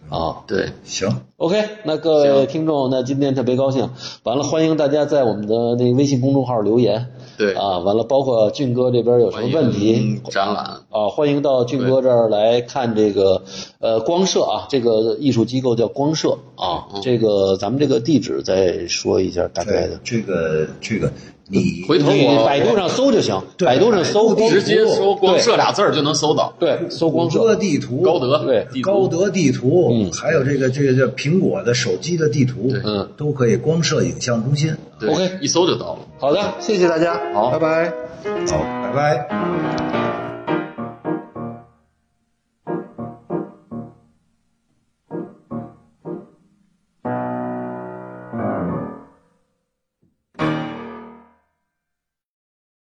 A: 啊，
D: 对，
C: 行，
A: OK，那各位听众，那今天特别高兴。完了，欢迎大家在我们的那个微信公众号留言。
D: 对
A: 啊，完了，包括俊哥这边有什么问题
D: 欢迎展览，
A: 啊，欢迎到俊哥这儿来看这个呃光社啊，这个艺术机构叫光社啊，
C: 嗯
A: 这个咱们这个地址再说一下大概
C: 对
A: 的，
C: 哎这个这个你
D: 回头
A: 你
D: 我
A: 百度上搜就行，
C: 对
A: 百度上搜
C: 百度
A: 光
D: 直接搜“光
A: 对
D: 社”俩字儿就能搜到。
A: 对，搜
C: 谷
A: 光
C: 歌
A: 社，
C: 地图、
D: 高德
A: 对
D: 地图
C: 高德地图，还有这个这个叫苹果的手机的地图，
A: 嗯，
C: 都可以光摄影像中心。
D: 对
A: OK
D: 一搜就到了。
A: 好的，谢谢大家，
D: 好
A: 拜拜。
C: 好，拜拜。